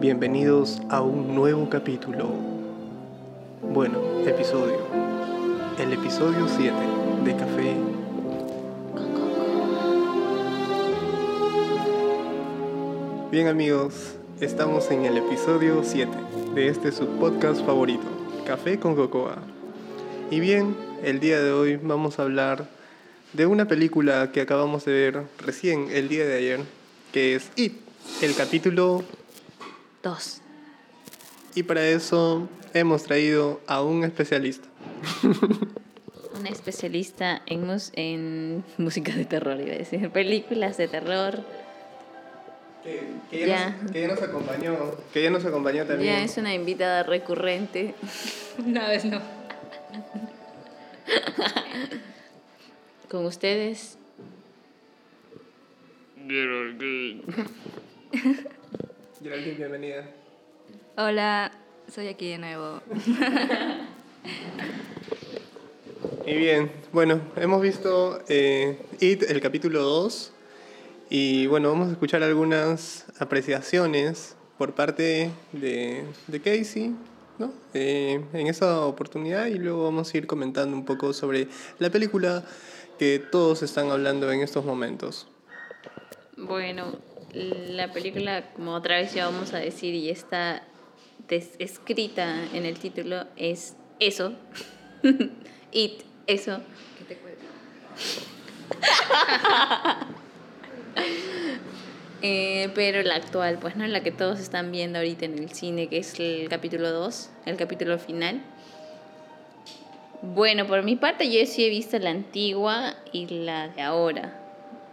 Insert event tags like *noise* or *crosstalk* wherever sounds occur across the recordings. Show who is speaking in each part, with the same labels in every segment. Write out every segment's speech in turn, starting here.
Speaker 1: Bienvenidos a un nuevo capítulo. Bueno, episodio. El episodio 7 de Café. Bien amigos, estamos en el episodio 7 de este subpodcast favorito, Café con Cocoa. Y bien, el día de hoy vamos a hablar de una película que acabamos de ver recién el día de ayer, que es It, el capítulo
Speaker 2: Dos.
Speaker 1: Y para eso hemos traído a un especialista.
Speaker 2: Una especialista en, mus- en música de terror, iba a decir. Películas de terror.
Speaker 1: Que, que ya,
Speaker 2: Ya.
Speaker 1: Nos, que ya nos acompañó. Que ya nos acompañó también.
Speaker 2: Ya es una invitada recurrente.
Speaker 3: Una vez *laughs* no.
Speaker 2: Con ustedes.
Speaker 1: Geraldine, bienvenida.
Speaker 3: Hola, soy aquí de nuevo.
Speaker 1: Y bien, bueno, hemos visto eh, It, el capítulo 2. Y bueno, vamos a escuchar algunas apreciaciones por parte de, de Casey, ¿no? Eh, en esa oportunidad y luego vamos a ir comentando un poco sobre la película que todos están hablando en estos momentos.
Speaker 2: Bueno, la película, como otra vez ya vamos a decir, y está des- escrita en el título, es eso. *laughs* It, eso.
Speaker 3: ¿Qué te cuento?
Speaker 2: *laughs* Eh, pero la actual, pues no, la que todos están viendo ahorita en el cine, que es el capítulo 2, el capítulo final. Bueno, por mi parte yo sí he visto la antigua y la de ahora,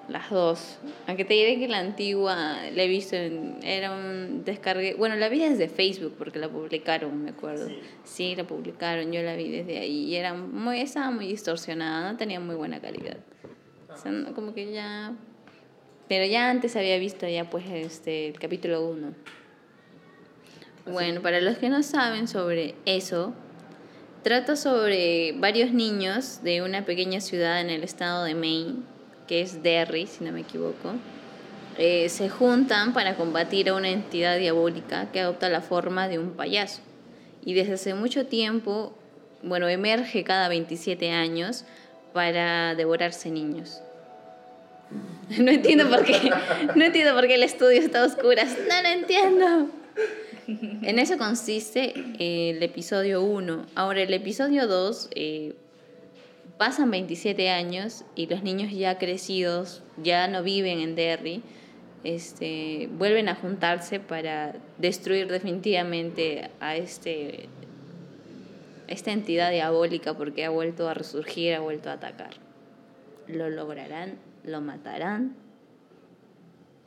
Speaker 2: las dos. Aunque te diré que la antigua la he visto en, era un descargue, bueno, la vi desde Facebook porque la publicaron, me acuerdo. Sí, la publicaron, yo la vi desde ahí y era muy, estaba muy distorsionada, no tenía muy buena calidad. O sea, no- como que ya pero ya antes había visto ya pues este el capítulo 1. Bueno, para los que no saben sobre eso, trata sobre varios niños de una pequeña ciudad en el estado de Maine, que es Derry, si no me equivoco. Eh, se juntan para combatir a una entidad diabólica que adopta la forma de un payaso. Y desde hace mucho tiempo, bueno, emerge cada 27 años para devorarse niños. *laughs* No entiendo por qué. No entiendo por qué el estudio está a oscuras. No lo entiendo. En eso consiste eh, el episodio 1. Ahora, el episodio 2 eh, pasan 27 años y los niños ya crecidos, ya no viven en Derry, este, vuelven a juntarse para destruir definitivamente a este, esta entidad diabólica porque ha vuelto a resurgir, ha vuelto a atacar. ¿Lo lograrán? ¿Lo matarán?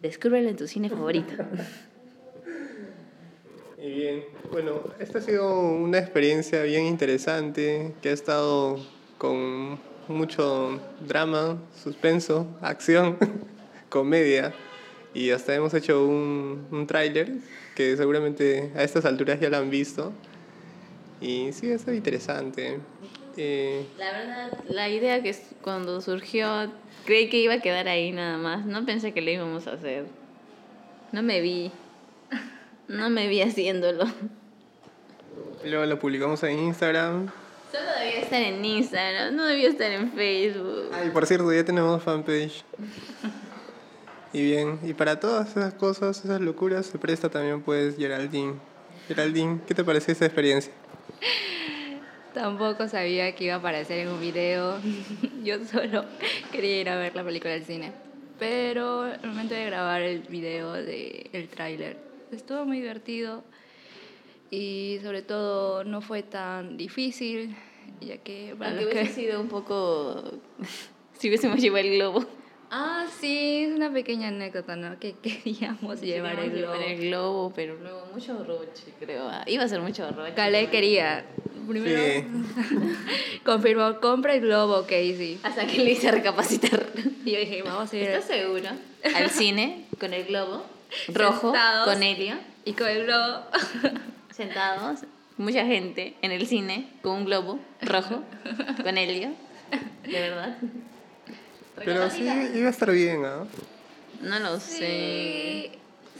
Speaker 2: Descúbrelo en tu cine favorito.
Speaker 1: Y bien, bueno, esta ha sido una experiencia bien interesante que ha estado con mucho drama, suspenso, acción, *laughs* comedia y hasta hemos hecho un, un tráiler que seguramente a estas alturas ya lo han visto y sí, ha estado interesante. Eh,
Speaker 2: La verdad, la idea que s- cuando surgió, creí que iba a quedar ahí nada más. No pensé que lo íbamos a hacer. No me
Speaker 3: *laughs*
Speaker 2: vi. No me vi haciéndolo.
Speaker 1: luego lo publicamos en Instagram.
Speaker 2: Solo debía estar en Instagram, no debía estar en Facebook.
Speaker 1: Ay, por cierto, ya tenemos fanpage. Y bien, y para todas esas cosas, esas locuras, se presta también pues Geraldine. Geraldine, ¿qué te pareció esta experiencia?
Speaker 3: Tampoco sabía que iba a aparecer en un video. *laughs* Yo solo quería ir a ver la película del cine. Pero al momento de grabar el video del el tráiler estuvo muy divertido. Y sobre todo no fue tan difícil, ya que... para *laughs*
Speaker 2: Aunque
Speaker 3: los que-
Speaker 2: Ah, hubiese sido un poco... *laughs* si hubiésemos llevado el globo.
Speaker 3: Ah, sí, es una pequeña anécdota, ¿no? Que queríamos llevar el
Speaker 2: Llevar
Speaker 3: globo.
Speaker 2: el globo, pero luego mucho roche, creo. Ah, Iba a ser mucho roche.
Speaker 3: Kale quería. Primero *laughs* confirmó, compra el globo, Casey.
Speaker 2: Hasta que le hice recapacitar.
Speaker 3: Y yo dije, vamos a
Speaker 2: *laughs*
Speaker 3: ir.
Speaker 2: ¿Estás seguro? Al cine, con el *laughs* globo, rojo,
Speaker 3: Sentados.
Speaker 2: con helio.
Speaker 3: Y con el globo.
Speaker 2: sentados, mucha gente en el cine con un globo rojo, con helio, de verdad.
Speaker 1: Pero sí, iba a estar bien, ¿ah?
Speaker 2: No lo sé.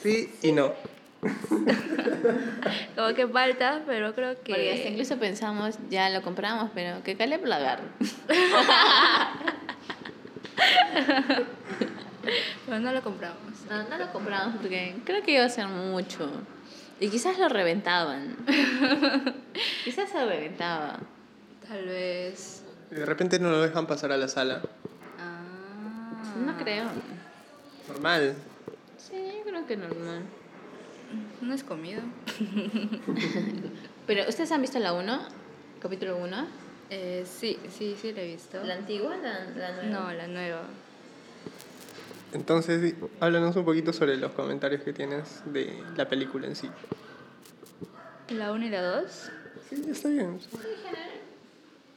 Speaker 1: Sí y no.
Speaker 3: Como que falta, pero creo que...
Speaker 2: Porque hasta incluso pensamos, ya lo compramos, pero que Caleb lo agarre.
Speaker 3: Pero no lo compramos.
Speaker 2: No, Ah, no lo compramos porque creo que iba a ser mucho. Y quizás lo *laughs* reventaban. quizás se reventaba.
Speaker 3: Tal vez...
Speaker 1: De repente no lo dejan pasar a la sala.
Speaker 3: Ah.
Speaker 2: No creo.
Speaker 1: Normal.
Speaker 2: Sí, yo creo que normal.
Speaker 3: No es comido.
Speaker 2: Pero, ¿ustedes han visto la 1? Capítulo 1.
Speaker 3: Eh, sí, sí, sí lo he visto.
Speaker 2: ¿La antigua? ¿La, la nueva?
Speaker 3: No, la nueva.
Speaker 1: Entonces, di- háblanos un poquito sobre los comentarios que tienes de la película en sí.
Speaker 3: La 1 y la 2.
Speaker 1: Sí, está bien.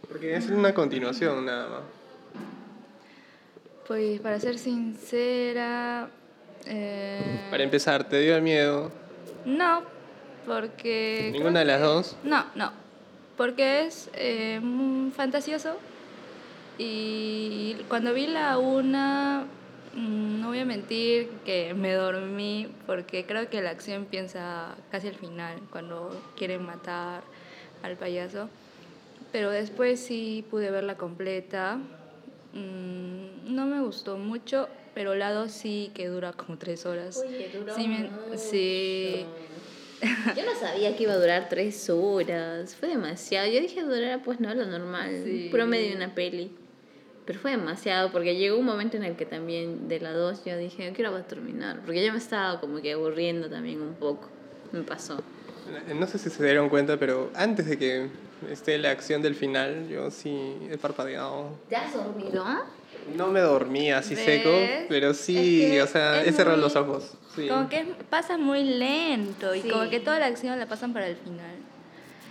Speaker 1: Porque es una continuación nada más.
Speaker 3: Pues para ser sincera... eh,
Speaker 1: Para empezar, ¿te dio miedo
Speaker 3: No, porque... creo
Speaker 1: ninguna de las dos?
Speaker 3: No, no. Porque es eh, mm, fantasioso. Y cuando vi la una, mm, no voy a mentir que me dormí porque creo que la acción empieza casi al final, cuando quieren matar al payaso. Pero después sí pude verla completa. Mm, no me gustó mucho, pero la dos sí que dura como tres horas. Sí, me- sí.
Speaker 2: Yo no sabía que iba a durar tres horas. Fue demasiado. Yo dije durará pues no lo normal.
Speaker 3: Sí.
Speaker 2: Promedio de una peli. Pero fue demasiado porque llegó un momento en el que también de la 2 yo dije, yo quiero terminar. Porque yo me estaba como que aburriendo también un poco. Me pasó.
Speaker 1: No sé si se dieron cuenta, pero antes de que esté la acción del final, yo sí he parpadeado.
Speaker 2: ¿Te has dormido?
Speaker 1: No me dormí así seco,
Speaker 3: ¿Ves?
Speaker 1: pero sí,
Speaker 3: Es que
Speaker 1: o sea,
Speaker 3: es
Speaker 1: he cerrado
Speaker 3: muy-
Speaker 1: los ojos. Sí.
Speaker 3: Como que es- pasa muy lento y
Speaker 2: Sí.
Speaker 3: como que toda la acción la pasan para el final.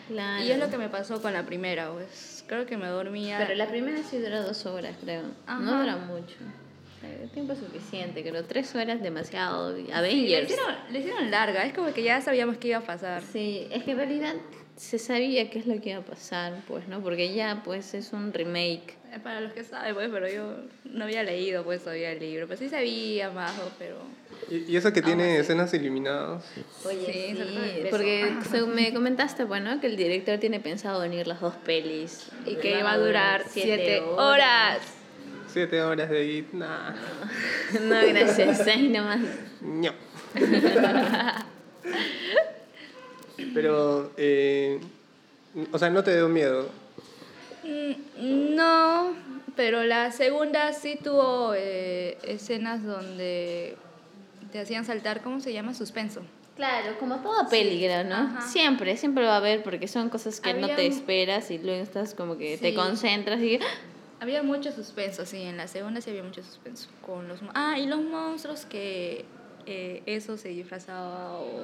Speaker 2: Claro.
Speaker 3: Y es lo que me pasó con la primera, pues. Creo que me dormía.
Speaker 2: Pero la primera sí dura dos horas, creo.
Speaker 3: Ajá.
Speaker 2: No dura mucho. O sea, Tiempo suficiente, creo. Tres horas demasiado.
Speaker 3: Sí, la
Speaker 2: Avengers.
Speaker 3: hicieron, la hicieron larga, es como que ya sabíamos que iba a pasar.
Speaker 2: Sí, es que en realidad se sabía qué es lo que iba a pasar, pues, ¿no? Porque ya, pues, es un remake.
Speaker 3: Eh, Para los que saben, pues, pero yo no había leído, pues, todavía el libro. Pues sí sabía más, o- pero.
Speaker 1: Y, y eso
Speaker 3: Ah,
Speaker 1: que tiene escenas iluminadas.
Speaker 3: Oye, sí. sobre todo el beso.
Speaker 2: porque según me comentaste, bueno, que el director tiene pensado unir las dos pelis.
Speaker 3: Y que iba a durar
Speaker 2: *laughs*
Speaker 3: siete horas.
Speaker 1: Siete horas de edit, nah.
Speaker 2: no, gracias, seis nomás.
Speaker 3: *laughs*
Speaker 1: No. Pero, eh, o sea, no te dio miedo.
Speaker 3: Mm, No, pero la segunda sí tuvo eh, escenas donde te hacían saltar, ¿cómo se llama? Suspenso.
Speaker 2: Claro, como toda peli, creo, ¿no?
Speaker 3: Ajá.
Speaker 2: Siempre, siempre va a haber, porque son cosas que no
Speaker 3: Había
Speaker 2: te
Speaker 3: un-
Speaker 2: esperas y luego estás como que te
Speaker 3: Sí.
Speaker 2: concentras y...
Speaker 3: Había mucho suspenso, sí, en la segunda sí había mucho suspenso. Con los mon- ah, y los monstruos que eh, eso se disfrazaba. o-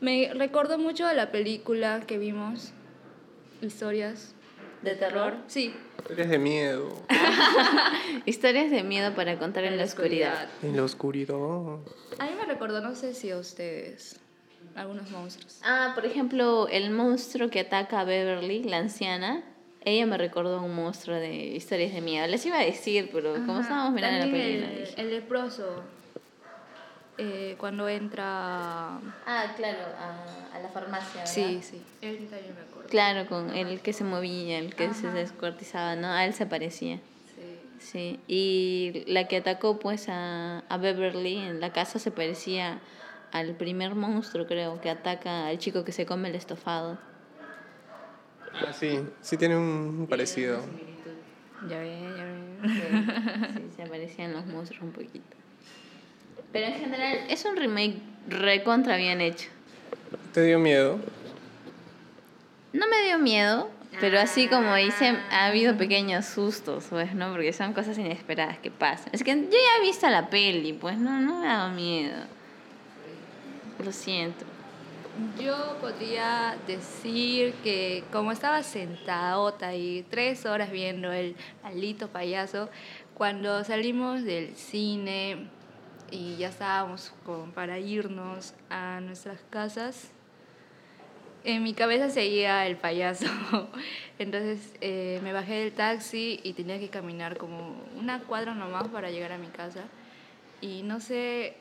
Speaker 3: Me recordó mucho a la película que vimos, Historias.
Speaker 2: ¿De terror?
Speaker 3: Sí.
Speaker 1: Eres de miedo.
Speaker 2: Historias de miedo para contar en la oscuridad.
Speaker 1: En la oscuridad.
Speaker 3: A mí me recordó, no sé si a ustedes, algunos monstruos.
Speaker 2: Ah, por ejemplo, el monstruo que ataca a Beverly, la anciana, ella me recordó a un monstruo de historias de miedo. Les iba a decir, pero como
Speaker 3: Ajá,
Speaker 2: estábamos mirando la
Speaker 3: también
Speaker 2: película,
Speaker 3: el-
Speaker 2: dije.
Speaker 3: El, leproso. eh, cuando entra.
Speaker 2: Ah, claro, a, a la farmacia. ¿verdad?
Speaker 3: Sí, sí. Él también me acuerdo.
Speaker 2: Claro, con el que se movía, el que se
Speaker 3: Ajá.
Speaker 2: descuartizaba, ¿no? A él se parecía.
Speaker 3: Sí.
Speaker 2: Sí, y la que atacó pues a, a Beverly en la casa se parecía al primer monstruo, creo, que ataca al chico que se come el estofado.
Speaker 1: Ah, sí, sí tiene un parecido.
Speaker 3: Ya ven, ya ven.
Speaker 2: *laughs* Sí, se parecían los monstruos un poquito. Pero en general es un remake recontra bien hecho.
Speaker 1: ¿Te dio miedo?
Speaker 2: No me dio miedo, pero así como hice, ha habido pequeños sustos, pues, ¿no? Porque son cosas inesperadas que pasan. Es que yo ya he visto la peli, pues, no, no me ha dado miedo. Lo siento.
Speaker 3: Yo podría decir que como estaba sentadota ahí tres horas viendo el maldito payaso, cuando salimos del cine y ya estábamos como para irnos a nuestras casas, en mi cabeza seguía el payaso. *laughs* Entonces eh, me bajé del taxi y tenía que caminar como una cuadra nomás para llegar a mi casa. Y no sé,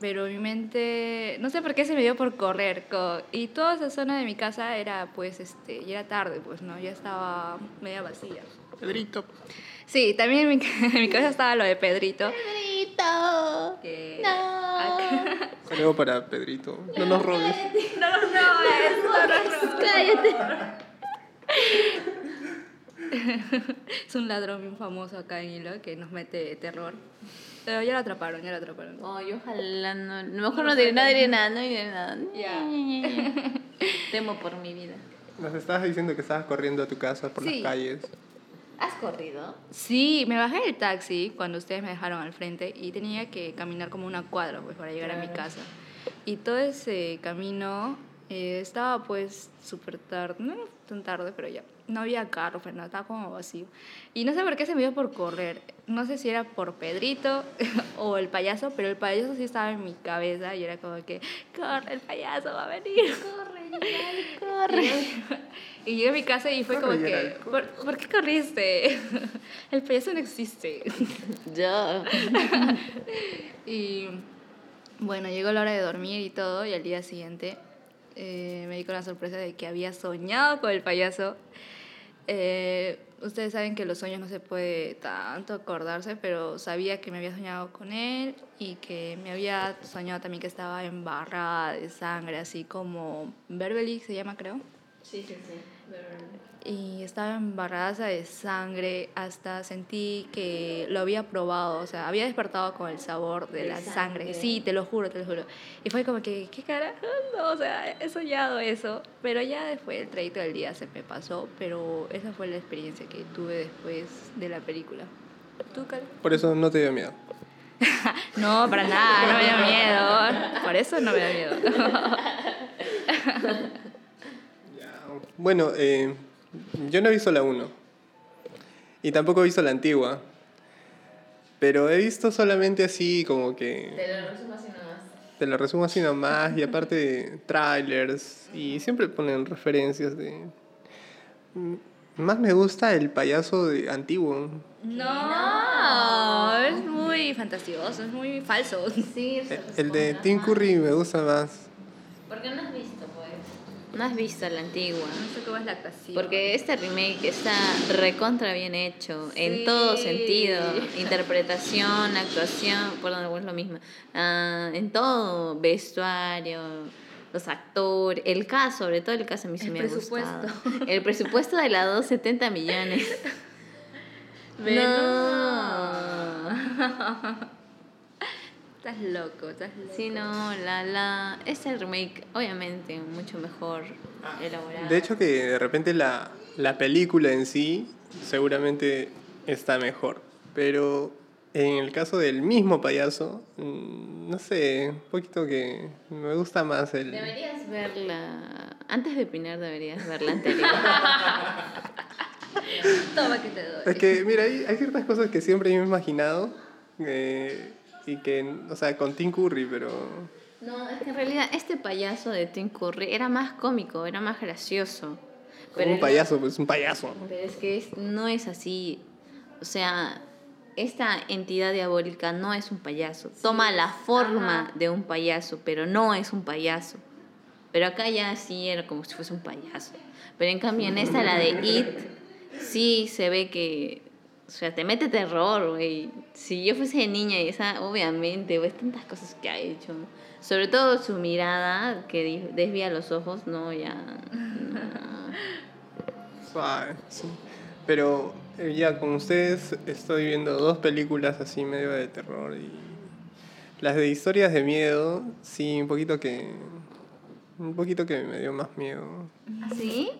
Speaker 3: pero mi mente, no sé por qué se me dio por correr. co- y toda esa zona de mi casa era, pues, este, ya era tarde, pues, ¿no? Ya estaba media vacía. Pedrito. Sí, también en mi, ca- *laughs* en mi casa estaba lo de Pedrito.
Speaker 2: Pedrito.
Speaker 3: que *laughs*
Speaker 2: No.
Speaker 3: acá-
Speaker 1: Saludo para Pedrito. No nos robes.
Speaker 3: No, no, no, es- no, no, no.
Speaker 2: Cállate.
Speaker 3: Es un ladrón bien famoso acá en Hilo que nos mete terror. Pero ya lo atraparon, ya lo atraparon.
Speaker 2: Oh, yo ojalá no. Mejor no diré nada, diré nada, no diré nada.
Speaker 3: Ya.
Speaker 2: *laughs* Temo por mi vida.
Speaker 1: Nos estabas diciendo que estabas corriendo a tu casa por
Speaker 3: Sí.
Speaker 1: las calles.
Speaker 2: ¿Has corrido?
Speaker 3: Sí, me bajé del taxi cuando ustedes me dejaron al frente y tenía que caminar como una cuadra pues, para llegar a mi
Speaker 2: Claro.
Speaker 3: casa. Y todo ese camino eh, estaba pues súper tarde, no era tan tarde, pero ya. No había carro, pero no, estaba como vacío. Y no sé por qué se me dio por correr. No sé si era por Pedrito *laughs* o el payaso, pero el payaso sí estaba en mi cabeza y era como que, corre, el payaso va a venir. *laughs* Y llegué a mi casa y fue
Speaker 1: Corre,
Speaker 3: como
Speaker 1: Gerald,
Speaker 3: que, ¿por, por qué corriste? *laughs* El payaso no existe.
Speaker 2: Yo.
Speaker 3: Y bueno, llegó la hora de dormir y todo, y al día siguiente eh, me di con la sorpresa de que había soñado con el payaso. Eh, ustedes saben que los sueños no se puede tanto acordarse, pero sabía que me había soñado con él y que me había soñado también que estaba embarrada de sangre, así como Berbelic se llama, creo.
Speaker 2: Sí, sí, sí.
Speaker 3: Y estaba embarrada de sangre hasta sentí que lo había probado, o sea, había despertado con el sabor de
Speaker 2: De
Speaker 3: la sangre.
Speaker 2: sangre.
Speaker 3: Sí, te lo juro, te lo juro. Y fue como que, ¿qué carajo? No, o sea, he soñado eso. Pero ya después el trayecto del día se me pasó, pero esa fue la experiencia que tuve después de la película. ¿Tú, Caro?
Speaker 1: Por eso no te dio miedo.
Speaker 3: No, para nada, no me da miedo. Por eso no me da miedo.
Speaker 1: Bueno, eh, yo no he visto la 1. Y tampoco he visto la antigua. Pero he visto solamente así como que...
Speaker 2: Te lo resumo así nomás.
Speaker 1: Te lo resumo así nomás. Y aparte trailers. Y siempre ponen referencias de... Mm, Más me gusta el payaso de antiguo.
Speaker 3: No, es muy fantasioso, es muy falso.
Speaker 2: Sí,
Speaker 1: El, el de Tim Curry me gusta más.
Speaker 2: ¿Por qué no has visto, pues? No has visto la antigua.
Speaker 3: No sé cómo es la actuación.
Speaker 2: Porque este remake está recontra bien hecho, en
Speaker 3: Sí.
Speaker 2: todo sentido, interpretación, actuación, perdón, bueno, es lo mismo, Ah, en todo, vestuario, los actores, el cast, sobre todo el cast a mí sí
Speaker 3: El
Speaker 2: me ha gustado.
Speaker 3: presupuesto.
Speaker 2: El presupuesto de la 2, 70 *laughs* millones.
Speaker 3: Estás loco, estás loco.
Speaker 2: Sí, no, la, la, este remake obviamente mucho mejor elaborado.
Speaker 1: Ah, De hecho que de repente la, la película en sí seguramente está mejor. Pero en el caso del mismo payaso, mm, no sé, un poquito que me gusta más el...
Speaker 2: Deberías verla. Antes de opinar, deberías verla *laughs* anterior.
Speaker 3: Toma que te doy.
Speaker 1: Es que, mira, hay, hay ciertas cosas que siempre me he imaginado. eh, y que, o sea, con Tim Curry, pero...
Speaker 2: No, es que en realidad este payaso de Tim Curry era más cómico, era más gracioso.
Speaker 1: Como un
Speaker 2: el-
Speaker 1: payaso, pues un payaso.
Speaker 2: Pero es que es- no es así. O sea, esta entidad diabólica no es un payaso. Toma la forma
Speaker 3: ajá.
Speaker 2: de un payaso, pero no es un payaso. Pero acá ya sí era como si fuese un payaso. Pero en cambio en esta, la de It, sí se ve que... O sea, te mete terror, güey. Si yo fuese niña y esa, obviamente, güey, tantas cosas que ha hecho. Sobre todo su mirada, que di- desvía los ojos, no, ya... no.
Speaker 1: Suave, sí. Pero eh, ya con ustedes estoy viendo dos películas así medio de terror y las de historias de miedo, sí, un poquito que un poquito que me dio más miedo,
Speaker 2: ¿Sí?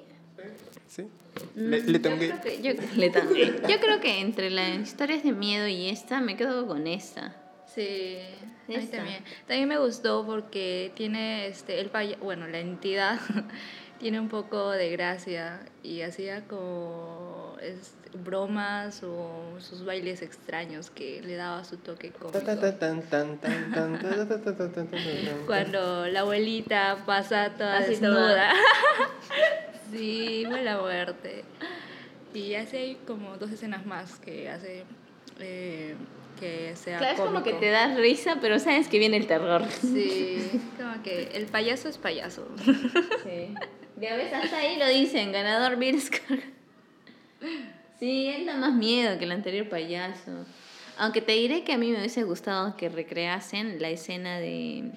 Speaker 1: ¿sí? Le, le tengo que-
Speaker 2: Mm, Yo, le también. Yo creo que entre las historias de miedo y esta, me quedo con esta.
Speaker 3: Sí, a mí
Speaker 2: Esta.
Speaker 3: también. También me gustó porque tiene este el paya- bueno, la entidad *laughs* tiene un poco de gracia y hacía como este, bromas o sus bailes extraños que le daba su toque
Speaker 1: Ta, ta, ta,
Speaker 3: cómico.
Speaker 1: tan, tan, tan, tan, ta, ta, ta, ta, ta, ta, ta, ta.
Speaker 3: Cuando la abuelita pasa toda
Speaker 2: Así
Speaker 3: desnuda. *laughs* sí, fue la muerte. Y hace como dos escenas más que hace eh, que sea
Speaker 2: Claro, es como que
Speaker 3: cómico.
Speaker 2: te das risa, pero sabes que viene el terror. *laughs*
Speaker 3: Sí, como que el payaso es payaso.
Speaker 2: Sí. Ya ves, hasta ahí lo dicen, ganador Bill *laughs* Skarsgård. Sí, él da más miedo que el anterior payaso. Aunque te diré que a mí me hubiese gustado que recreasen la escena de,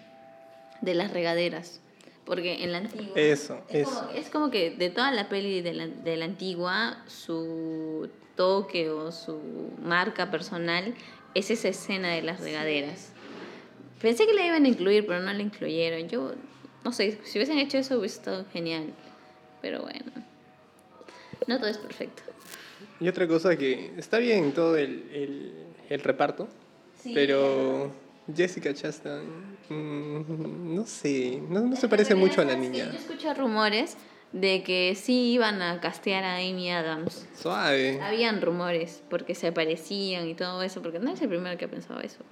Speaker 2: de las regaderas. Porque en la antigua...
Speaker 1: Eso,
Speaker 2: es
Speaker 1: eso.
Speaker 2: Como, es como que de toda la peli de la, de la antigua, su toque o su marca personal es esa escena de las regaderas. Pensé que la iban a incluir, pero no la incluyeron. Yo, no sé, si hubiesen hecho eso hubiese estado genial. Pero bueno, no todo es perfecto.
Speaker 1: Y otra cosa que está bien todo el, el, el reparto,
Speaker 2: Sí.
Speaker 1: pero Jessica Chastain, mm, no sé, no, no se parece mucho a la niña.
Speaker 2: Yo escucho rumores de que sí iban a castear a Amy Adams.
Speaker 1: Suave.
Speaker 2: Habían rumores porque se parecían y todo eso, porque no es el primero que ha pensado eso. *laughs*